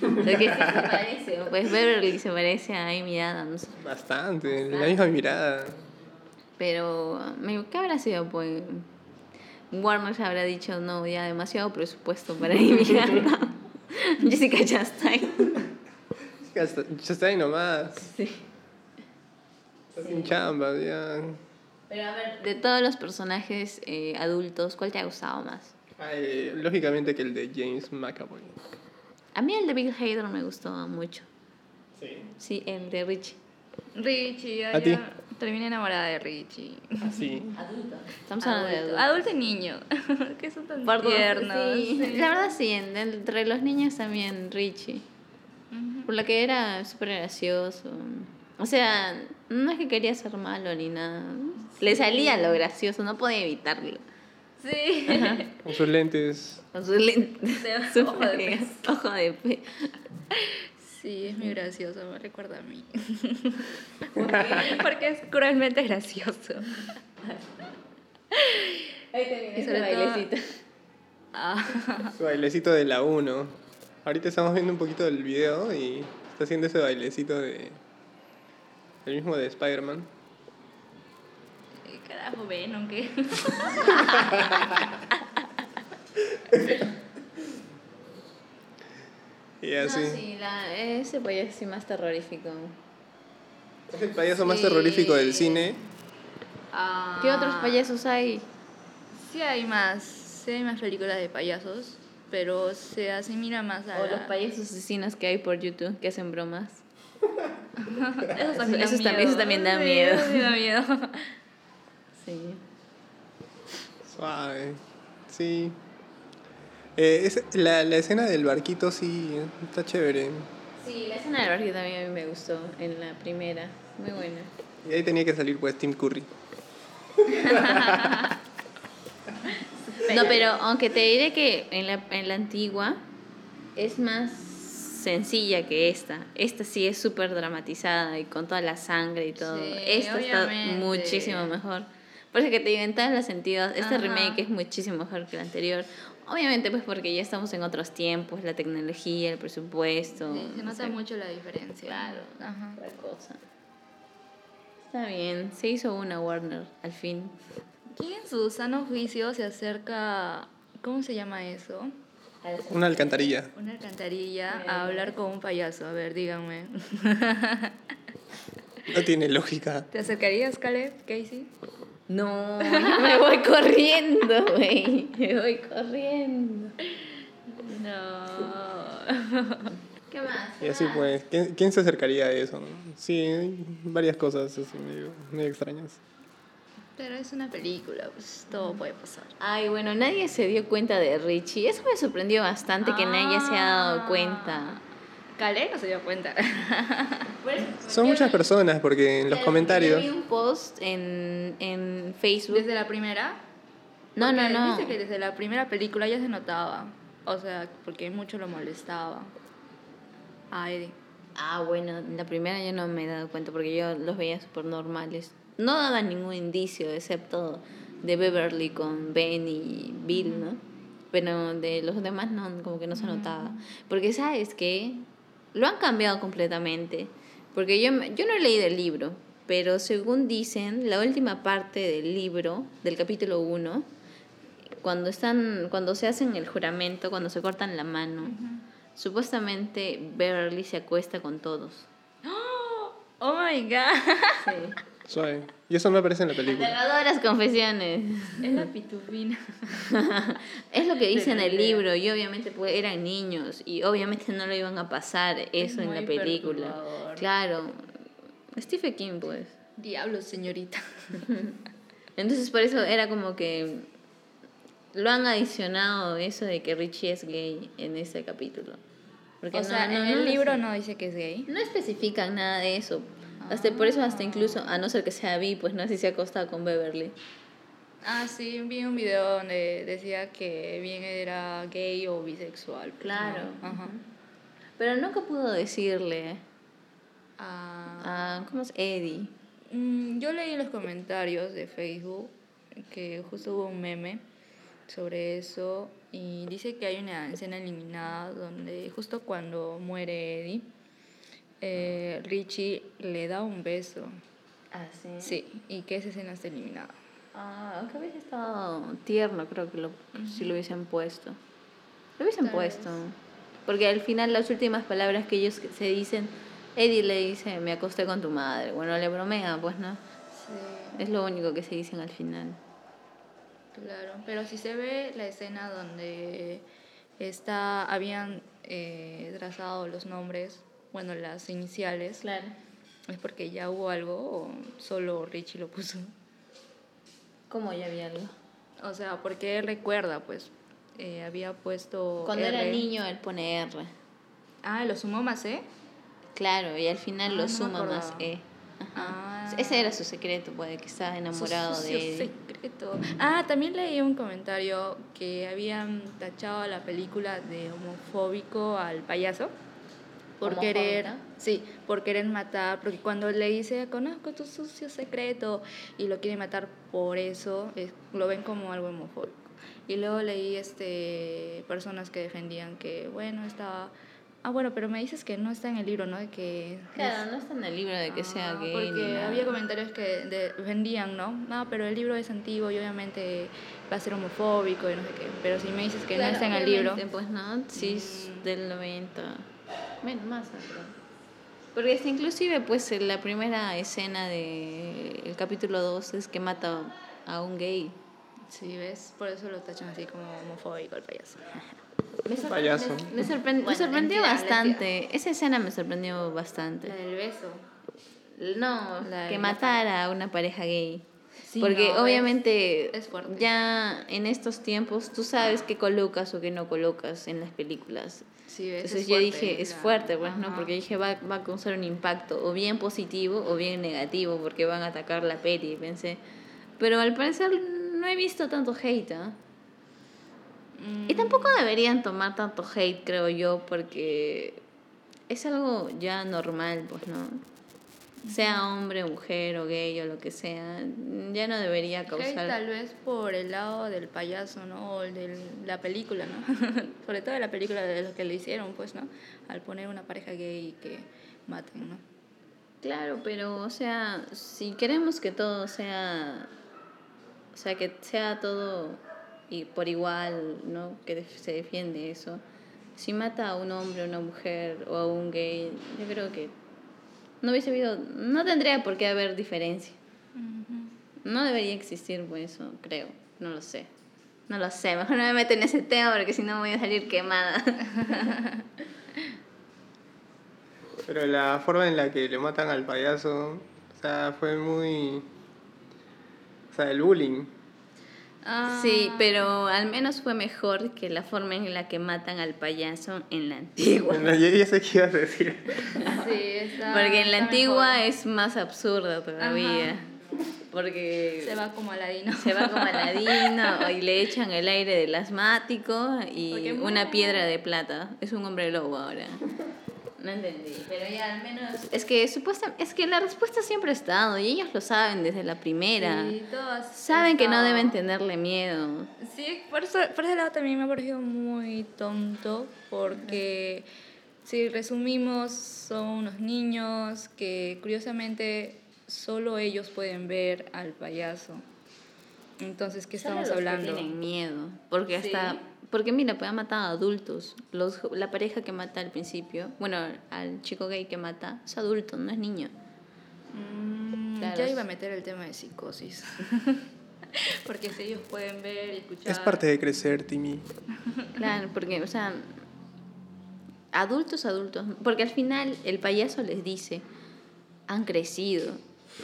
Speaker 2: O sea, que sí se parece, pues Beverly se parece a Amy Adams.
Speaker 1: Bastante, la misma mirada.
Speaker 2: Pero, me- ¿qué habrá sido? Pues Warner habrá dicho, no, ya demasiado presupuesto
Speaker 1: *laughs*
Speaker 2: para Amy Adams. *laughs* Jessica Chastain. *laughs*
Speaker 1: Jessica Chastain nomás,
Speaker 2: Sí.
Speaker 1: está sin chamba, ya.
Speaker 2: Pero a ver, de todos los personajes eh, adultos, ¿cuál te ha gustado más?
Speaker 1: Ay, lógicamente que el de James McAvoy.
Speaker 2: A mí el de Bill Hader me gustó mucho.
Speaker 1: Sí.
Speaker 2: Sí, el de Richie.
Speaker 3: Richie, ya,
Speaker 1: ¿A ti?
Speaker 3: ya terminé enamorada de Richie.
Speaker 1: Así.
Speaker 2: Adulto. Estamos hablando de adulto.
Speaker 3: Adulto y niño, *laughs* que son tan
Speaker 2: Por dos,
Speaker 3: tiernos.
Speaker 2: sí.
Speaker 3: sí.
Speaker 2: La verdad sí, en- entre los niños también Richie.
Speaker 3: Ujú.
Speaker 2: Por lo que era súper gracioso. O sea, no es que quería ser malo ni nada. Le salía lo gracioso, no podía evitarlo.
Speaker 3: Sí.
Speaker 1: Con sus lentes.
Speaker 2: Con sus lentes. *laughs*
Speaker 3: De-
Speaker 2: Sus
Speaker 3: ojo de
Speaker 2: orejas,
Speaker 3: pez.
Speaker 2: Ojo de pez.
Speaker 3: Sí, es muy gracioso, me recuerda
Speaker 2: *laughs*
Speaker 3: a mí. Porque es cruelmente gracioso.
Speaker 2: Ahí también
Speaker 3: Y sobre todo- Ah,
Speaker 1: Su bailecito de la 1. Ahorita estamos viendo un poquito del video y está haciendo ese bailecito de. El mismo de Spider-Man.
Speaker 3: carajo, ven, aunque.
Speaker 1: Y así.
Speaker 2: Ah, sí, la- ese payaso sí más terrorífico.
Speaker 1: Es el payaso más
Speaker 3: Sí.
Speaker 1: terrorífico del cine.
Speaker 2: ¿Qué
Speaker 3: Ah.
Speaker 2: otros payasos hay?
Speaker 3: Sí hay más, sí hay más películas de payasos, pero se asimila más a
Speaker 2: O los
Speaker 3: la-
Speaker 2: payasos asesinos que hay por YouTube que hacen bromas.
Speaker 3: Esos también,
Speaker 2: Esos
Speaker 3: dan
Speaker 2: también- esos también dan
Speaker 3: Sí,
Speaker 2: miedo.
Speaker 3: esos sí dan
Speaker 2: *laughs*
Speaker 3: miedo.
Speaker 2: Sí.
Speaker 1: Suave. Sí. Eh, es- la, la escena del barquito sí eh, está chévere.
Speaker 2: Sí, la escena del barrio también a mí me gustó en la primera. Muy buena.
Speaker 1: Y ahí tenía que salir pues Tim Curry.
Speaker 2: No, pero aunque te diré que en la, en la antigua es más sencilla que esta. Esta sí es súper dramatizada y con toda la sangre y todo.
Speaker 3: Sí,
Speaker 2: esta está
Speaker 3: obviamente.
Speaker 2: muchísimo mejor. Por eso que te digo, en todos los sentidos, este
Speaker 3: Ajá.
Speaker 2: remake es muchísimo mejor que el anterior. Obviamente pues porque ya estamos en otros tiempos, la tecnología, el presupuesto.
Speaker 3: Sí, se
Speaker 2: o
Speaker 3: nota
Speaker 2: sea,
Speaker 3: mucho la diferencia.
Speaker 2: Claro.
Speaker 3: Ajá.
Speaker 2: otra cosa. Está bien, se hizo una Warner al fin.
Speaker 3: ¿Quién en su sano juicio se acerca, ¿cómo se llama eso?
Speaker 1: Una alcantarilla.
Speaker 3: Una alcantarilla
Speaker 2: Mira,
Speaker 3: a hablar con un payaso, a ver, díganme.
Speaker 1: No tiene lógica.
Speaker 3: ¿Te acercarías, Caleb, Casey?
Speaker 2: No, yo me voy corriendo, güey. Me voy corriendo.
Speaker 3: *laughs* No.
Speaker 2: ¿Qué más?
Speaker 1: Y así pues, ¿quién, quién se acercaría a eso? no? Sí, hay varias cosas así medio, medio extrañas.
Speaker 3: Pero es una película, pues todo puede pasar.
Speaker 2: Ay, bueno, nadie se dio cuenta de Richie. Eso me sorprendió bastante que nadie se ha
Speaker 3: Ah.
Speaker 2: dado cuenta.
Speaker 3: Caleb no se dio cuenta. *laughs*
Speaker 1: Son muchas personas porque en los comentarios...
Speaker 2: Yo vi un post en, en Facebook.
Speaker 3: ¿Desde la primera?
Speaker 2: no, no,
Speaker 3: Porque
Speaker 2: no.
Speaker 3: Dice que desde la primera película ya se notaba. O sea, porque mucho lo molestaba. A Eddie.
Speaker 2: Ah, bueno, en la primera yo no me he dado cuenta porque yo los veía súper normales. No daban ningún indicio, excepto de Beverly con Ben y Bill, ¿no? Pero de los demás no, como que no se notaba. Porque, ¿sabes qué? Lo han cambiado completamente. Porque yo, me- yo no he leído el libro, pero según dicen, la última parte del libro, del capítulo 1, cuando, están, cuando se hacen el juramento, cuando se cortan la mano, supuestamente Beverly se acuesta con todos.
Speaker 3: *gasps* Oh my god.
Speaker 1: Suave. Y eso no aparece en la película.
Speaker 2: Reveladoras confesiones.
Speaker 3: *laughs* Es la pitufina.
Speaker 2: Es lo que
Speaker 3: Del
Speaker 2: dice en el
Speaker 3: video.
Speaker 2: libro y obviamente pues, eran niños y obviamente no lo iban a pasar eso en
Speaker 3: muy
Speaker 2: la película.
Speaker 3: perturbador.
Speaker 2: Claro. Stephen King pues.
Speaker 3: *laughs* Diablo, señorita.
Speaker 2: Entonces por eso era como que lo han adicionado eso de que Richie es gay en este capítulo. Porque
Speaker 3: o
Speaker 2: no-
Speaker 3: sea,
Speaker 2: no-
Speaker 3: en
Speaker 2: no
Speaker 3: el
Speaker 2: lo
Speaker 3: libro
Speaker 2: sé.
Speaker 3: no dice que es gay.
Speaker 2: No especifican nada de eso. Hasta por eso hasta incluso a no ser que sea bi, pues no sé si se ha acostado con Beverly.
Speaker 3: Ah, sí, vi un video donde decía que bien era gay o bisexual. pues,
Speaker 2: Claro.
Speaker 3: ¿no? Ajá.
Speaker 2: Pero nunca pudo decirle
Speaker 3: Ah,
Speaker 2: a ¿cómo es Eddie?
Speaker 3: mm, yo leí los comentarios de Facebook que justo hubo un meme sobre eso y dice que hay una escena eliminada donde justo cuando muere Eddie, eh, Richie le da un beso.
Speaker 2: Ah, sí.
Speaker 3: Sí, y que esa escena está eliminada.
Speaker 2: Ah, aunque hubiese estado tierno, creo que lo, si lo hubiesen puesto. Lo hubiesen
Speaker 3: Tal
Speaker 2: puesto. Porque al final las últimas palabras que ellos se dicen, Eddie le dice, me acosté con tu madre. Bueno, le bromea, pues no.
Speaker 3: Sí.
Speaker 2: Es lo único que se dicen al final.
Speaker 3: Claro, pero si se ve la escena donde está, habían eh, trazado los nombres, bueno, las iniciales,
Speaker 2: Claro.
Speaker 3: ¿es porque ya hubo algo o solo Richie lo puso?
Speaker 2: ¿Cómo ya había algo?
Speaker 3: O sea, porque él recuerda, pues, eh, había puesto...
Speaker 2: Cuando era
Speaker 3: R.
Speaker 2: niño él pone R.
Speaker 3: Ah, lo sumó más, ¿eh?
Speaker 2: Claro, y al final
Speaker 3: Ah,
Speaker 2: lo
Speaker 3: no me
Speaker 2: suma más
Speaker 3: acordaba.
Speaker 2: E.
Speaker 3: Ah,
Speaker 2: Ese era su secreto, puede que estaba
Speaker 3: su
Speaker 2: enamorado
Speaker 3: sucio
Speaker 2: de Eddie.
Speaker 3: secreto. Ah, también leí un comentario que habían tachado la película de homofóbico al payaso por
Speaker 2: ¿Homofóbica?
Speaker 3: querer, sí, por querer matar, porque cuando le dice conozco tu sucio secreto y lo quiere matar por eso, es- lo ven como algo homofóbico. Y luego leí este personas que defendían que bueno, estaba Ah, bueno, pero me dices que no está en el libro, ¿no? De que es-
Speaker 2: Claro, no está en el libro de que sea
Speaker 3: Ah,
Speaker 2: gay. ni
Speaker 3: Porque
Speaker 2: nada.
Speaker 3: había comentarios que de- vendían, ¿no? No, pero el libro es antiguo y obviamente va a ser homofóbico y no sé qué. Pero si me dices que
Speaker 2: Claro,
Speaker 3: no está en el libro.
Speaker 2: obviamente, Pues no, sí es del 90. Bueno, más creo. Porque hasta inclusive pues en la primera escena del el capítulo 2 es que mata a un gay.
Speaker 3: Sí, ¿ves? Por eso lo tachan así como homofóbico el payaso.
Speaker 2: *laughs* Me sorpre-
Speaker 1: Payaso.
Speaker 2: Me, sorpre- me
Speaker 3: Bueno,
Speaker 2: sorprendió
Speaker 3: mentira,
Speaker 2: bastante. Esa escena me sorprendió
Speaker 3: La
Speaker 2: bastante.
Speaker 3: del beso.
Speaker 2: No,
Speaker 3: la
Speaker 2: que
Speaker 3: del-
Speaker 2: matara a una pareja gay.
Speaker 3: Sí,
Speaker 2: Porque
Speaker 3: no, es-
Speaker 2: obviamente
Speaker 3: es fuerte.
Speaker 2: ya en estos tiempos tú sabes qué colocas o qué no colocas en las películas.
Speaker 3: Sí, ¿ves?
Speaker 2: Entonces
Speaker 3: Es
Speaker 2: yo
Speaker 3: fuerte,
Speaker 2: dije, es
Speaker 3: claro.
Speaker 2: fuerte, pues, ¿no?
Speaker 3: Ajá.
Speaker 2: Porque dije, va, va a causar un impacto, o bien positivo, o bien negativo, porque van a atacar la peli, pensé. Pero al parecer no he visto tanto hate, ¿ah?
Speaker 3: Mm,
Speaker 2: Y tampoco deberían tomar tanto hate, creo yo, porque es algo ya normal, pues, ¿no? Sea hombre, mujer, o gay, o lo que sea, ya no debería
Speaker 3: hate tal
Speaker 2: causar...
Speaker 3: vez por el lado del payaso, ¿no? O el de la película, ¿no? *laughs* Sobre todo de la película de los que le hicieron, pues, ¿no? Al poner una pareja gay y que maten, ¿no?
Speaker 2: Claro, pero, o sea, si queremos que todo sea... O sea, que sea todo y por igual, ¿no? Que def- se defiende eso. Si mata a un hombre, a una mujer o a un gay, yo creo que no hubiese habido... No tendría por qué haber diferencia. No debería existir pues, eso, creo. No lo sé. No lo sé. *laughs* Mejor no me meto en ese tema porque si no voy a salir quemada.
Speaker 1: Pero la forma en la que le matan al payaso, o sea, fue muy. O sea, el bullying.
Speaker 2: Sí, pero al menos fue mejor que la forma en la que matan al payaso en la antigua.
Speaker 1: Bueno, *laughs* yo ya sé qué ibas a decir.
Speaker 3: *laughs* Sí, está-
Speaker 2: Porque en la
Speaker 3: está
Speaker 2: antigua
Speaker 3: mejor.
Speaker 2: es más absurda todavía.
Speaker 3: Ajá.
Speaker 2: Porque
Speaker 3: Se va como Aladino.
Speaker 2: se va como Aladino y le echan el aire del asmático y
Speaker 3: Porque
Speaker 2: una
Speaker 3: muere.
Speaker 2: piedra de plata. Es un hombre lobo ahora. No entendí, pero ya al menos... Es que supuesta, es que la respuesta siempre ha estado y ellos lo saben desde la primera.
Speaker 3: *laughs* Sí, todas
Speaker 2: Saben que no
Speaker 3: estaban-
Speaker 2: deben tenerle miedo.
Speaker 3: Sí, por, eso- por ese lado también me ha parecido muy tonto porque si resumimos son unos niños que curiosamente solo ellos pueden ver al payaso. Entonces, ¿qué
Speaker 2: Solo
Speaker 3: estamos
Speaker 2: los que
Speaker 3: hablando?
Speaker 2: tienen miedo. Porque
Speaker 3: Sí.
Speaker 2: hasta. Porque mira, pueden matar a adultos. Los, jo- la pareja que mata al principio, bueno, al chico gay que mata, es adulto, no es niño.
Speaker 3: Mm,
Speaker 2: Claro.
Speaker 3: Ya iba a meter el tema de psicosis. *laughs* Porque si ellos pueden ver y escuchar.
Speaker 1: Es parte de crecer, Timmy.
Speaker 2: Claro, porque, o sea. Adultos, adultos. Porque al final el payaso les dice: han crecido.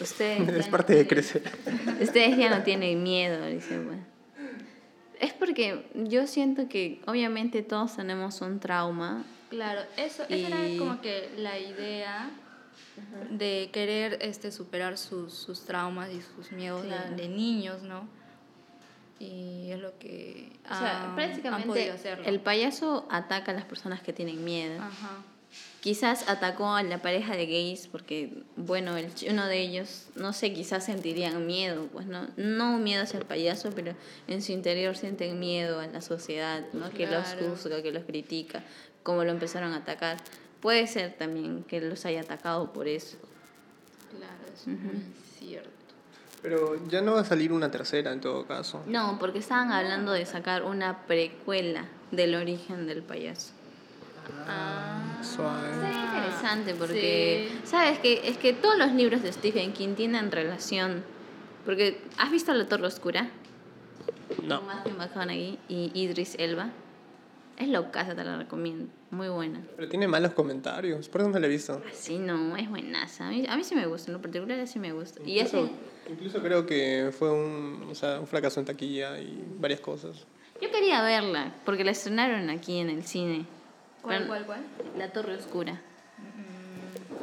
Speaker 2: Ustedes.
Speaker 1: *laughs* Es
Speaker 2: ya-
Speaker 1: parte de crecer.
Speaker 2: *laughs* Ustedes ya no tienen miedo, dice. bueno. Es porque yo siento que obviamente todos tenemos un trauma
Speaker 3: Claro, eso,
Speaker 2: Y-
Speaker 3: esa era como que la idea de querer este, superar sus, sus traumas y sus miedos de-
Speaker 2: Claro.
Speaker 3: de, niños, ¿no? Y es lo que
Speaker 2: O sea,
Speaker 3: han- Ah, han
Speaker 2: prácticamente
Speaker 3: podido hacerlo. Ah.
Speaker 2: el payaso ataca a las personas que tienen miedo.
Speaker 3: Ajá.
Speaker 2: Quizás atacó a la pareja de gays porque, bueno, el, ch- uno de ellos, no sé, quizás sentirían miedo, pues no, no miedo hacia el payaso, pero en su interior sienten miedo a la sociedad, ¿no? Que los
Speaker 3: Claro.
Speaker 2: juzga, que los critica, como lo empezaron a atacar. Puede ser también que los haya atacado por eso.
Speaker 3: Claro, es muy cierto.
Speaker 1: Pero ya no va a salir una tercera en todo caso.
Speaker 2: No, porque estaban hablando de sacar una precuela del origen del payaso.
Speaker 1: Suave.
Speaker 2: Sería
Speaker 3: Ah,
Speaker 2: interesante porque, ¿sabes? Que, es que todos los libros de Stephen King tienen relación. Porque, ¿has visto La Torre Oscura?
Speaker 1: No.
Speaker 2: Con Matthew McConaughey y Idris Elba. Es loca, te la recomiendo. Muy buena.
Speaker 1: Pero tiene malos comentarios. Por eso no la he visto.
Speaker 2: Sí, no, es buenaza. A mí, a mí sí me gusta, en lo particular sí me gusta. Y
Speaker 1: incluso,
Speaker 2: hacen-
Speaker 1: incluso creo que fue un, o sea, un fracaso en taquilla y varias cosas.
Speaker 2: yo quería verla porque la estrenaron aquí en el cine.
Speaker 3: ¿Cuál,
Speaker 2: Pero-
Speaker 3: cuál, cuál?
Speaker 2: La Torre Oscura.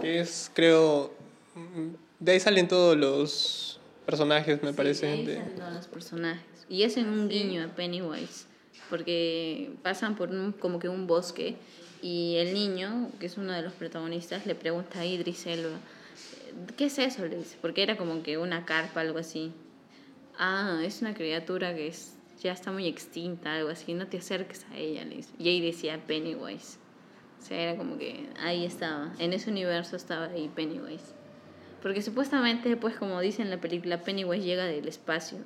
Speaker 1: Que es, creo. mm, De ahí salen todos los personajes, me parece.
Speaker 2: Sí,
Speaker 1: de-
Speaker 2: ahí salen todos los personajes. Y hacen un guiño a Pennywise, porque pasan por un- como que un bosque y el niño, que es uno de los protagonistas, le pregunta a Idris Elba, eh, ¿qué es eso? Le dice, porque era como que una carpa, algo así. Ah, es una criatura que es, ya está muy extinta, algo así, no te acerques a ella, le dice. Y ahí decía Pennywise. O sea, era como que ahí estaba, en ese universo estaba ahí Pennywise. Porque supuestamente, pues como dice en la película, Pennywise llega del espacio.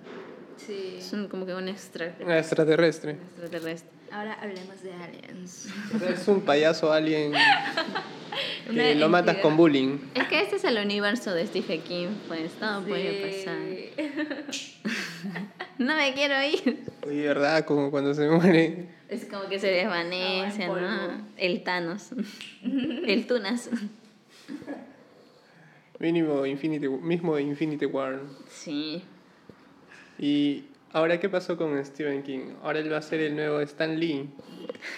Speaker 3: Sí.
Speaker 2: Es un- como que un extra-
Speaker 1: un extraterrestre.
Speaker 2: extraterrestre.
Speaker 3: Ahora hablemos de aliens.
Speaker 1: O sea, es un payaso alien
Speaker 3: Una
Speaker 1: que lo matas
Speaker 3: entidad.
Speaker 1: con bullying.
Speaker 2: Es que este es el universo de Stephen King, pues todo puede pasar. No me quiero ir.
Speaker 1: Oye, ¿verdad? Como cuando se *laughs* muere.
Speaker 2: Es como que se desvanece,
Speaker 3: Agua en
Speaker 2: ¿no?
Speaker 3: polvo.
Speaker 2: El
Speaker 3: *laughs*
Speaker 2: Thanos. El Tunas.
Speaker 1: Mínimo Infinity, mismo Infinity War.
Speaker 2: Sí.
Speaker 1: Y ahora, ¿qué pasó con Stephen King? Ahora él va a ser el nuevo Stan Lee.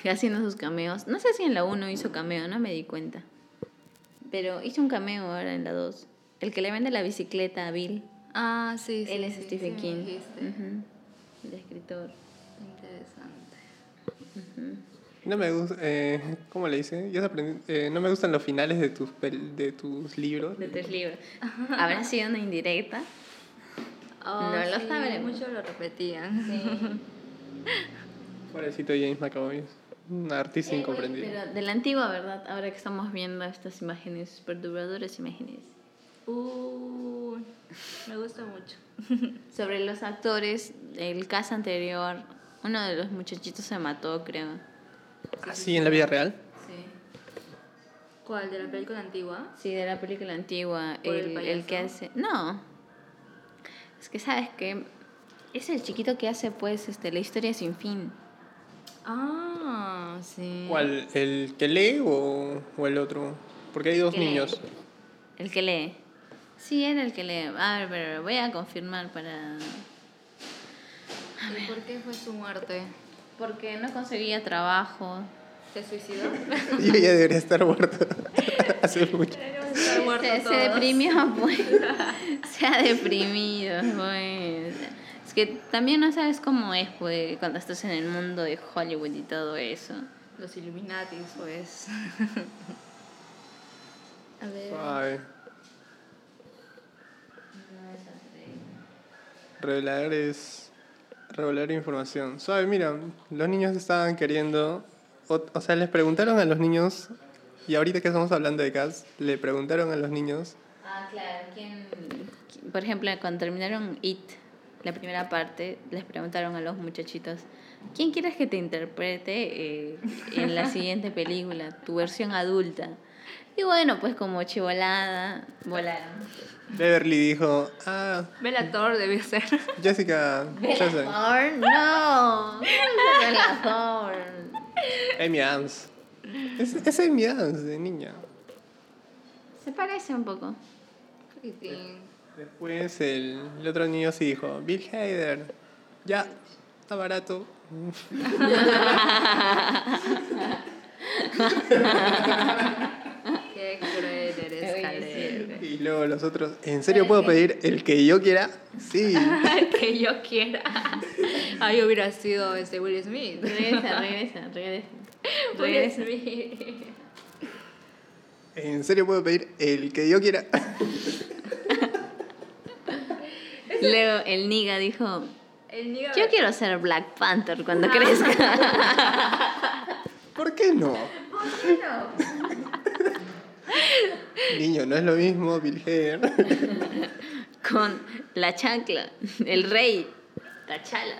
Speaker 2: Haciendo sus cameos. No sé si en la 1 hizo cameo, no me di cuenta. Pero hizo un cameo ahora en la 2. El que le vende la bicicleta a Bill.
Speaker 3: Ah, sí, sí.
Speaker 2: Él es
Speaker 3: sí,
Speaker 2: Stephen
Speaker 3: sí,
Speaker 2: King.
Speaker 3: me dijiste.
Speaker 2: Ujú. El escritor.
Speaker 3: Interesante.
Speaker 1: No me gusta. Eh, ¿Cómo le dice? Ya se aprendí- eh, no me gustan los finales de tus, pel- de tus libros.
Speaker 2: de tus libros. ¿Habrá sido una indirecta?
Speaker 3: Oh,
Speaker 2: No lo
Speaker 3: sí,
Speaker 2: sabremos.
Speaker 3: Muchos lo repetían.
Speaker 2: *laughs*
Speaker 1: Pobrecito James McAvoy. Un artista
Speaker 2: Eh,
Speaker 1: incomprendido.
Speaker 2: Pero de la antigua, ¿verdad? Ahora que estamos viendo estas imágenes, perturbadoras imágenes.
Speaker 3: Uh, me gusta mucho.
Speaker 2: Sobre los actores, el caso anterior, uno de los muchachitos se mató, creo.
Speaker 1: ¿Así en la vida real?
Speaker 2: Sí.
Speaker 3: ¿Cuál? ¿De la película antigua?
Speaker 2: Sí, de la película antigua,
Speaker 3: ¿Por el
Speaker 2: el, el que
Speaker 3: payaso?
Speaker 2: hace... No. Es que, ¿sabes que Es el chiquito que hace, pues, este, la historia sin fin.
Speaker 3: Ah, sí.
Speaker 1: ¿Cuál? ¿El que lee o, o el otro? Porque hay dos
Speaker 2: Que lee.
Speaker 1: niños.
Speaker 2: El que lee. Sí, era el que lee. A ver, pero voy a confirmar para...
Speaker 3: ¿Y por qué fue su muerte?
Speaker 2: Porque no conseguía trabajo.
Speaker 3: ¿Se
Speaker 1: *laughs*
Speaker 3: suicidó? *laughs*
Speaker 1: Yo ya debería estar muerto. *laughs* Hace mucho.
Speaker 3: Estar muerto
Speaker 2: Se, se
Speaker 3: todos. *laughs*
Speaker 2: deprimió, pues. se ha deprimido, pues. Es que también no sabes cómo es, pues, cuando estás en el mundo de Hollywood y todo eso.
Speaker 3: Los Illuminatis, pues. A ver.
Speaker 1: Ay, revelar es. Revelar información. Suave, mira, los niños estaban queriendo. O, o sea, les preguntaron a los niños. Y ahorita que estamos hablando de Cats, le preguntaron a los niños.
Speaker 2: Ah, claro. ¿Quién? Por ejemplo, cuando terminaron It, la primera parte, les preguntaron a los muchachitos, ¿quién quieres que te interprete eh, en
Speaker 3: *laughs*
Speaker 2: la siguiente película, tu versión adulta? Y bueno, pues como chivolada,
Speaker 3: *laughs*
Speaker 2: volaron.
Speaker 1: Beverly dijo, ah,
Speaker 3: Velator debe ser.
Speaker 1: *laughs* Jessica Chastain,
Speaker 2: Belathorne, no, Belathorne.
Speaker 1: Amy Adams. Es, es Amy Adams de niña.
Speaker 2: Se parece un poco.
Speaker 1: Después el, el otro niño sí dijo, Bill Hader, ya, está barato.
Speaker 3: *laughs* Qué cruel eres,
Speaker 2: Oye,
Speaker 3: Caleb.
Speaker 1: Y luego los otros, ¿en serio puedo pedir el que yo quiera? Sí.
Speaker 3: que yo quiera. Ahí hubiera sido este Will Smith. *laughs*
Speaker 2: Regresa, regresa, regresa.
Speaker 3: Will
Speaker 2: Regresa.
Speaker 3: Smith.
Speaker 1: ¿En serio puedo pedir el que yo quiera? *laughs*
Speaker 2: Luego el niga dijo,
Speaker 3: El niño.
Speaker 2: yo quiero ser Black Panther cuando crezca. *laughs*
Speaker 1: ¿Por qué no?
Speaker 3: Oh,
Speaker 1: Niño, no es lo mismo Bill Hader. *laughs*
Speaker 2: Con la chancla, el rey, Tachala.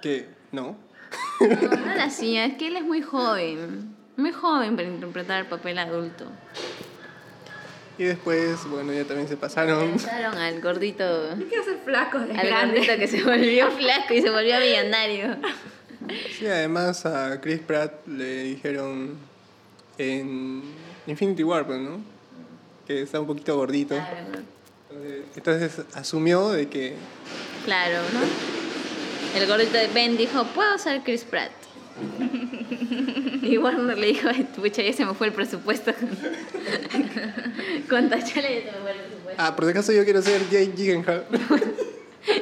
Speaker 1: Que no.
Speaker 2: No la hacía, es que él es muy joven. Muy joven para interpretar el papel adulto.
Speaker 1: Y después, bueno, ya también se pasaron.
Speaker 2: Usaron al gordito, al
Speaker 3: Yo quiero ser flaco de
Speaker 2: gordito
Speaker 3: grande.
Speaker 2: que se volvió flaco y se volvió millonario.
Speaker 1: Sí, además a Chris Pratt le dijeron en Infinity War, pues, ¿no? Que está un poquito gordito.
Speaker 2: Claro,
Speaker 1: Entonces, entonces asumió de que
Speaker 2: claro, ¿no? El gordito de Ben dijo, puedo ser Chris Pratt. *laughs* Y Warner le dijo, "Ay, pucha, ya se me fue el presupuesto. *laughs* Con Tachala ya se me fue el presupuesto.
Speaker 1: Ah, por si acaso yo quiero ser Jake Gyllenhaal.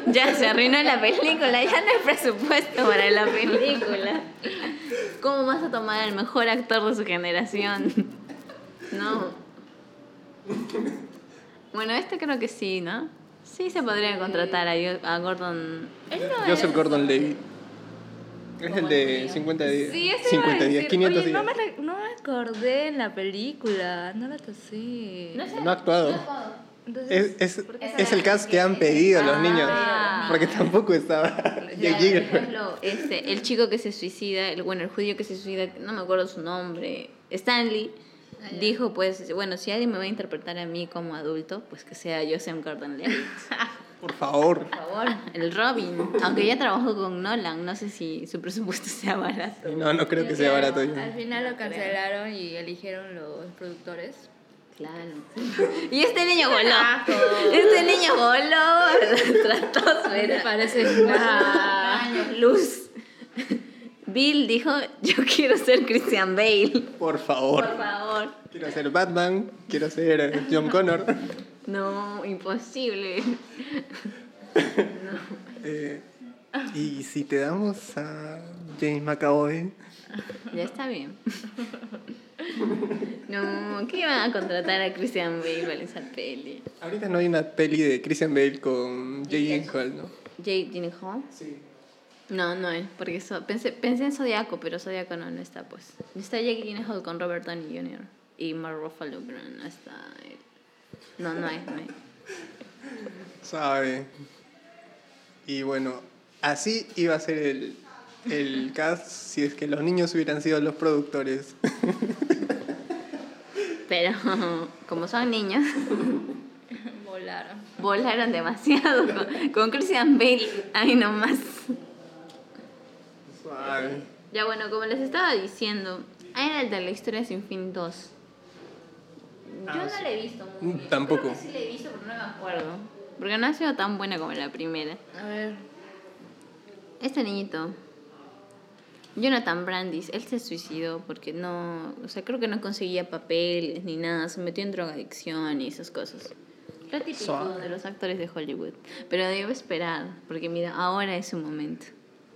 Speaker 2: Ya se arruinó la película, ya no hay presupuesto para la película. ¿Cómo vas a tomar al mejor actor de su generación? No. Bueno, este creo que sí, ¿no? Sí se podría contratar a, Yo- a Gordon. Él no
Speaker 1: Joseph
Speaker 2: es-
Speaker 1: Gordon Levy. Es el de 50 días.
Speaker 3: Sí, ese
Speaker 1: 50
Speaker 3: iba a
Speaker 1: días,
Speaker 3: decir.
Speaker 1: 500
Speaker 3: Oye,
Speaker 1: días.
Speaker 3: no me, re- no me acordé en la película. No la tosí.
Speaker 2: No sé.
Speaker 1: No ha actuado.
Speaker 3: Entonces,
Speaker 1: Es, es,
Speaker 3: ¿por qué
Speaker 2: Esa
Speaker 1: es el
Speaker 2: era
Speaker 1: cast que han pedido los niños.
Speaker 3: Ah.
Speaker 1: Porque tampoco
Speaker 3: *laughs*
Speaker 1: estaba
Speaker 2: Ya,
Speaker 1: Jake
Speaker 2: por
Speaker 1: Gyllenhaal.
Speaker 2: ejemplo, este, el chico que se suicida, el, bueno, el judío que se suicida, no me acuerdo su nombre, Stanley, dijo pues, bueno, si alguien me va a interpretar a mí como adulto, pues que sea Joseph Gordon-Levitt,
Speaker 1: Por favor.
Speaker 2: por favor, *laughs* el Robin, aunque ya trabajó con Nolan, no sé si su presupuesto sea barato.
Speaker 1: No, no creo que sea barato. yo.
Speaker 3: Al final lo cancelaron y eligieron los productores. *laughs*
Speaker 2: Claro. Y este niño voló. Este niño voló. *laughs* Trató
Speaker 3: ¿Qué te
Speaker 2: su
Speaker 3: parece?
Speaker 2: años luz. Bill dijo, yo quiero ser Christian Bale.
Speaker 1: Por favor.
Speaker 2: Por favor.
Speaker 1: Quiero ser Batman. Quiero ser eh, John
Speaker 3: *laughs*
Speaker 1: Connor.
Speaker 2: No, imposible.
Speaker 1: Eh, y si te damos a James McAvoy.
Speaker 2: Ya está bien. No, ¿qué iban a contratar a Christian Bale para esa peli?
Speaker 1: Ahorita no hay una peli de Christian Bale con Jake Gyllenhaal, ¿no?
Speaker 2: ¿Jake Gyllenhaal?
Speaker 1: Sí.
Speaker 2: No, no es, porque so- pensé, pensé en Zodiaco, pero Zodiaco no, no está pues. Está Jake Gyllenhaal con Robert Downey Jr. y Mark Ruffalo, pero no está él. No, no es, no es.
Speaker 1: Sabe. Y bueno, así iba a ser el, el cast si es que los niños hubieran sido los productores.
Speaker 2: Pero como son niños, *laughs*
Speaker 3: Volaron.
Speaker 2: volaron demasiado con, con Christian Bale. Ay, nomás.
Speaker 1: Suave.
Speaker 2: Ya bueno, como les estaba diciendo, hay el de la historia sin fin 2. Yo
Speaker 1: Ah,
Speaker 2: no
Speaker 1: sí.
Speaker 2: la he visto muy
Speaker 1: Mm,
Speaker 2: bien.
Speaker 1: tampoco.
Speaker 2: Creo que sí la he visto, pero no me acuerdo. Porque no ha sido tan buena como la primera.
Speaker 3: A ver.
Speaker 2: Este niñito, Jonathan Brandis, él se suicidó porque no, o sea, creo que no conseguía papeles ni nada, se metió en drogadicción y esas cosas. Lo típico
Speaker 1: Suave.
Speaker 2: de los actores de Hollywood. Pero debo esperar, porque mira, ahora es su momento.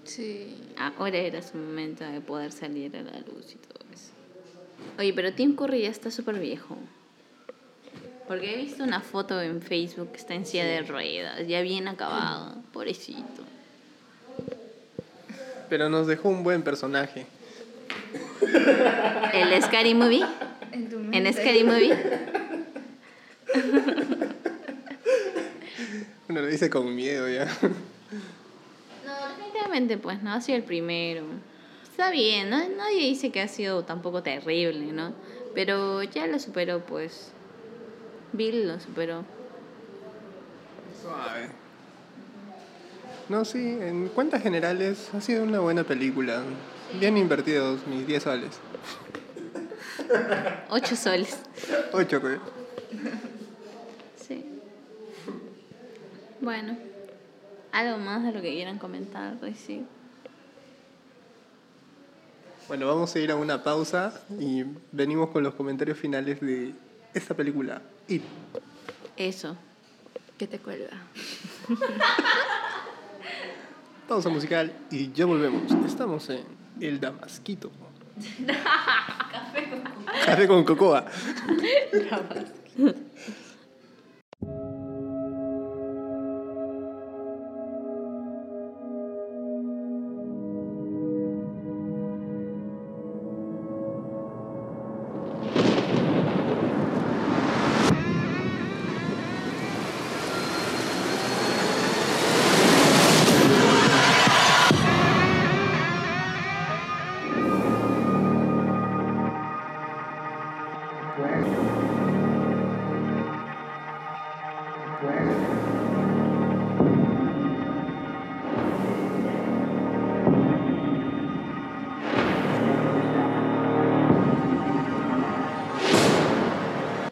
Speaker 3: Sí.
Speaker 2: Ahora era su momento de poder salir a la luz y todo eso. Oye, pero Tim Curry ya está súper viejo. Porque he visto una foto en Facebook que está en silla de ruedas, ya bien acabado, pobrecito.
Speaker 1: Pero nos dejó un buen personaje.
Speaker 2: El Scary Movie,
Speaker 3: En tu
Speaker 2: en Scary Movie.
Speaker 1: Uno lo dice con miedo ya.
Speaker 2: No, definitivamente, pues no ha sido el primero. Está bien, ¿no? nadie dice que ha sido tampoco terrible, ¿no? Pero ya lo superó, pues. Bill lo superó.
Speaker 1: Suave. No, sí, en cuentas generales ha sido una buena película. Bien invertidos mis 10 soles.
Speaker 2: Ocho soles.
Speaker 1: 8, creo.
Speaker 2: Sí. Bueno, algo más de lo que quieran comentar, pues sí.
Speaker 1: Bueno, vamos a ir a una pausa y venimos con los comentarios finales de esta película. It.
Speaker 2: Eso.
Speaker 3: Que te cuelga.
Speaker 1: Pausa musical y ya volvemos. Estamos en El Damasquito. Café con cocoa.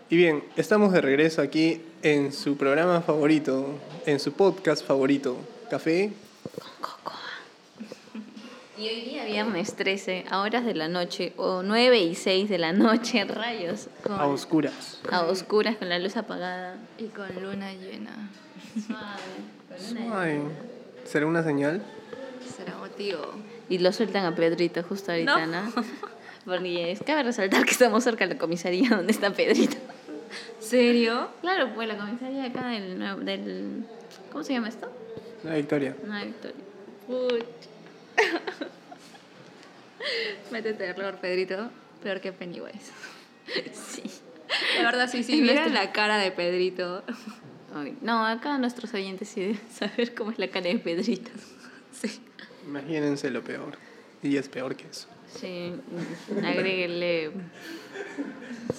Speaker 1: Y bien, estamos de regreso aquí en su programa favorito, en su podcast favorito, Café.
Speaker 2: Y hoy día viernes 13, a horas de la noche, o 9 y 6 de la noche, *laughs* rayos. con-
Speaker 1: A oscuras.
Speaker 2: a oscuras, con la luz apagada.
Speaker 3: Y con luna llena.
Speaker 1: Ay, ¿Será una señal?
Speaker 3: Será motivo.
Speaker 2: Y lo sueltan a Pedrito justo ahorita, ¿no?
Speaker 3: No.
Speaker 2: Porque es, cabe resaltar que estamos cerca de la comisaría donde está Pedrito.
Speaker 3: ¿Serio?
Speaker 2: Claro, pues la comisaría acá del, nuevo- del ¿cómo se llama esto?
Speaker 1: La victoria.
Speaker 2: Nueva Victoria.
Speaker 3: Puch. Métete error, Pedrito. Peor que Pennywise.
Speaker 2: Sí.
Speaker 3: La verdad, sí, *laughs* sí.
Speaker 2: Es
Speaker 3: Vieron
Speaker 2: nuestro-
Speaker 3: la cara de Pedrito.
Speaker 2: Ay, No, acá nuestros oyentes sí deben saber cómo es la cara de Pedrito. *laughs*
Speaker 3: Sí.
Speaker 1: Imagínense lo peor. Y es peor que eso.
Speaker 2: Sí, agréguenle,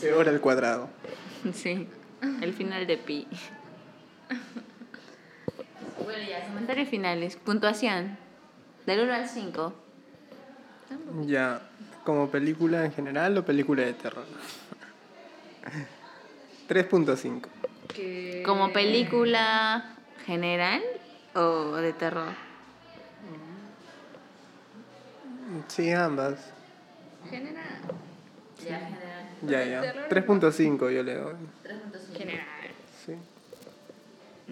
Speaker 1: Peor al cuadrado.
Speaker 2: sí, el final de Pi. Bueno, ya, comentarios finales. Puntuación. Del 1 al 5.
Speaker 1: Ya, como película en general o película de terror. *laughs* 3.5.
Speaker 3: Que...
Speaker 2: ¿Como película general o de terror?
Speaker 1: Sí, ambas.
Speaker 3: Genera.
Speaker 2: Ya, general.
Speaker 1: Ya, ya. 3.5 yo le doy.
Speaker 3: General.
Speaker 1: Sí.